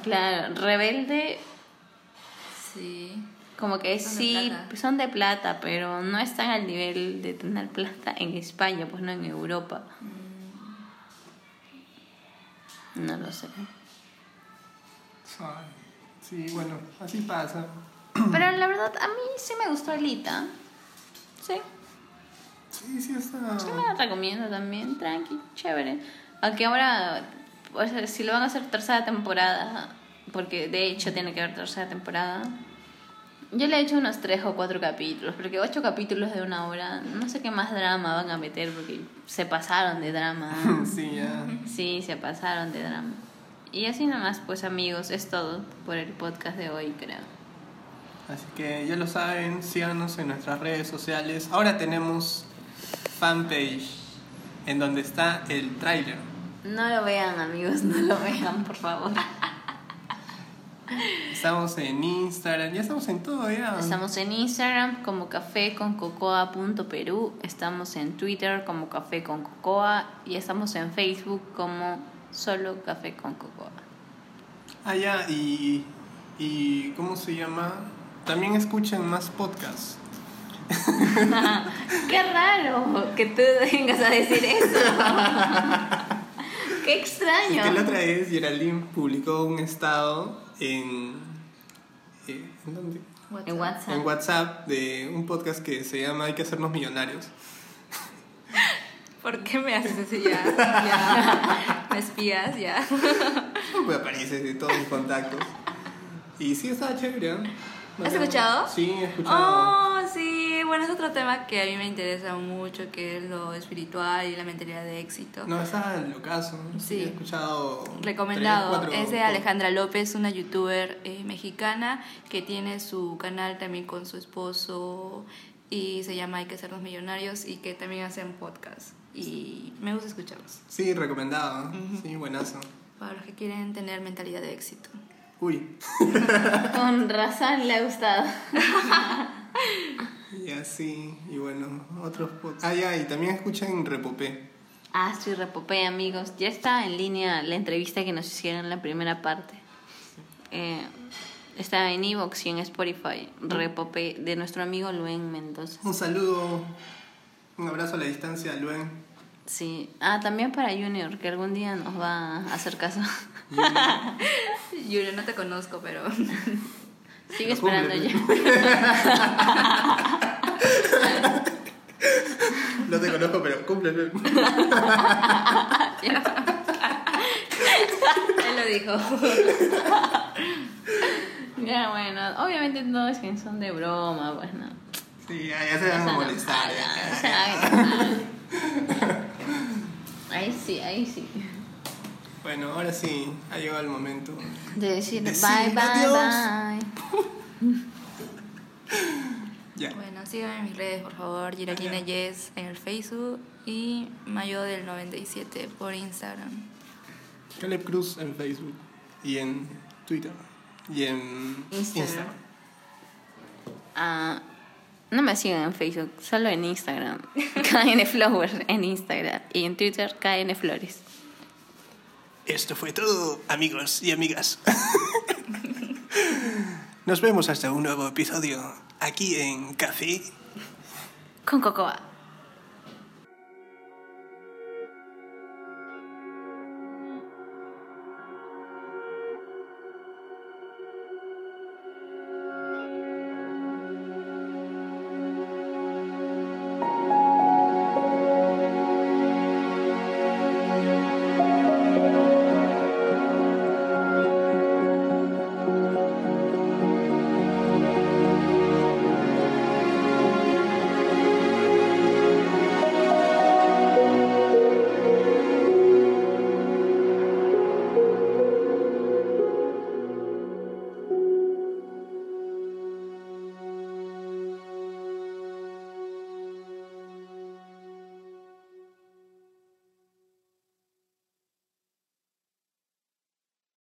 Speaker 2: claro, rebelde
Speaker 3: Sí.
Speaker 2: Como que
Speaker 3: Son de
Speaker 2: sí,
Speaker 3: plata.
Speaker 2: son de plata, pero no están al nivel de tener plata en España, pues no en Europa.
Speaker 3: Mm.
Speaker 2: No lo
Speaker 3: *clears throat*
Speaker 2: sé.
Speaker 1: Ay, Sí, bueno, así pasa.
Speaker 2: Pero la verdad, a mí sí me gustó Alita. Sí,
Speaker 1: Sí, sí está.
Speaker 2: sí me la recomiendo también, tranqui, chévere. Aunque ahora, o sea, si lo van a hacer tercera temporada, porque de hecho tiene que haber tercera temporada. Yo le he hecho unos tres o cuatro capítulos, porque ocho capítulos de una hora, no sé qué más drama van a meter, porque se pasaron de drama.
Speaker 1: *laughs* Sí, ya.
Speaker 2: Sí, se pasaron de drama. Y así nomás, pues amigos, es todo por el podcast de hoy, creo.
Speaker 1: Así que ya lo saben, síganos en nuestras redes sociales. Ahora tenemos fanpage en donde está el tráiler.
Speaker 2: No lo vean, amigos, no lo vean, por favor.
Speaker 1: Estamos en Instagram, ya estamos en todo ya.
Speaker 2: Estamos en Instagram como café con cocoa.perú, estamos en Twitter como café con cocoa y estamos en Facebook como solo café con cocoa.
Speaker 1: Ah, ya, y, y ¿cómo se llama? También escuchen más podcasts.
Speaker 2: ¡Qué raro que
Speaker 3: *laughs*
Speaker 2: tú vengas a decir eso! ¡Qué extraño!
Speaker 1: Es que la otra vez Geraldine publicó un estado en... eh, ¿En dónde?
Speaker 2: En WhatsApp.
Speaker 1: En WhatsApp de un podcast que se llama Hay que hacernos millonarios.
Speaker 3: ¿Por qué me haces así ya?
Speaker 2: *laughs*
Speaker 3: ya. Me espías ya.
Speaker 1: Me Pues aparece de todos mis contactos. Y sí, estaba chévere. ¿eh?
Speaker 3: ¿Has escuchado?
Speaker 1: Sí, he escuchado.
Speaker 3: Oh, sí, Sí, bueno, es otro tema que a mí me interesa mucho, que es lo espiritual y la mentalidad de éxito.
Speaker 1: No, está el caso.
Speaker 3: Sí.
Speaker 1: He escuchado.
Speaker 3: Recomendado.
Speaker 1: tres, cuatro-
Speaker 3: es de Alejandra López, una youtuber eh, mexicana que tiene su canal también con su esposo y se llama Hay que hacernos millonarios y que también hacen podcast. Y me gusta escucharlos.
Speaker 1: Sí, recomendado. ¿eh? Sí, buenazo.
Speaker 3: Para los que quieren tener mentalidad de *laughs* éxito.
Speaker 1: Uy.
Speaker 2: Con razón le ha gustado. *laughs*
Speaker 1: Y así, y bueno, otros. pod- Ah, ya, y también escuchan Repopé.
Speaker 2: Ah, sí, repopé, amigos. Ya está en línea la entrevista que nos hicieron en la primera parte. Eh, está en Evox y en Spotify. Repopé de nuestro amigo Luen Mendoza.
Speaker 1: Un saludo, un abrazo a la distancia, Luen.
Speaker 2: Sí. Ah, también para Junior, que algún día nos va a hacer caso. *laughs*
Speaker 3: Julio, no te conozco, pero *laughs*
Speaker 2: Sigue
Speaker 1: Lo cumple,
Speaker 2: esperando ya.
Speaker 1: No te conozco, pero cumple. *laughs* Luen.
Speaker 3: él lo dijo.
Speaker 2: Ya, bueno, obviamente no es que son de broma, pues no.
Speaker 1: Sí, ya, ya se van a molestar. ya, ya, ya.
Speaker 2: Ahí sí, ahí sí.
Speaker 1: Bueno, ahora sí, ha llegado el momento.
Speaker 2: De decir
Speaker 1: Decir
Speaker 2: bye, bye,
Speaker 1: adiós.
Speaker 2: bye.
Speaker 1: Ya.
Speaker 3: Bueno, síganme en mis redes, por favor. Giralina Yes en el Facebook y Mayo del 97 por Instagram.
Speaker 1: Caleb Cruz en Facebook y en Twitter y en
Speaker 2: Instagram.
Speaker 1: Instagram.
Speaker 2: Ah, no me sigan en Facebook, solo en Instagram. *laughs* KN Flower en Instagram. Y en Twitter, KN Flores.
Speaker 1: Esto fue todo, amigos y *laughs* amigas. Nos vemos hasta un nuevo episodio aquí en Café
Speaker 2: Con Cocoa.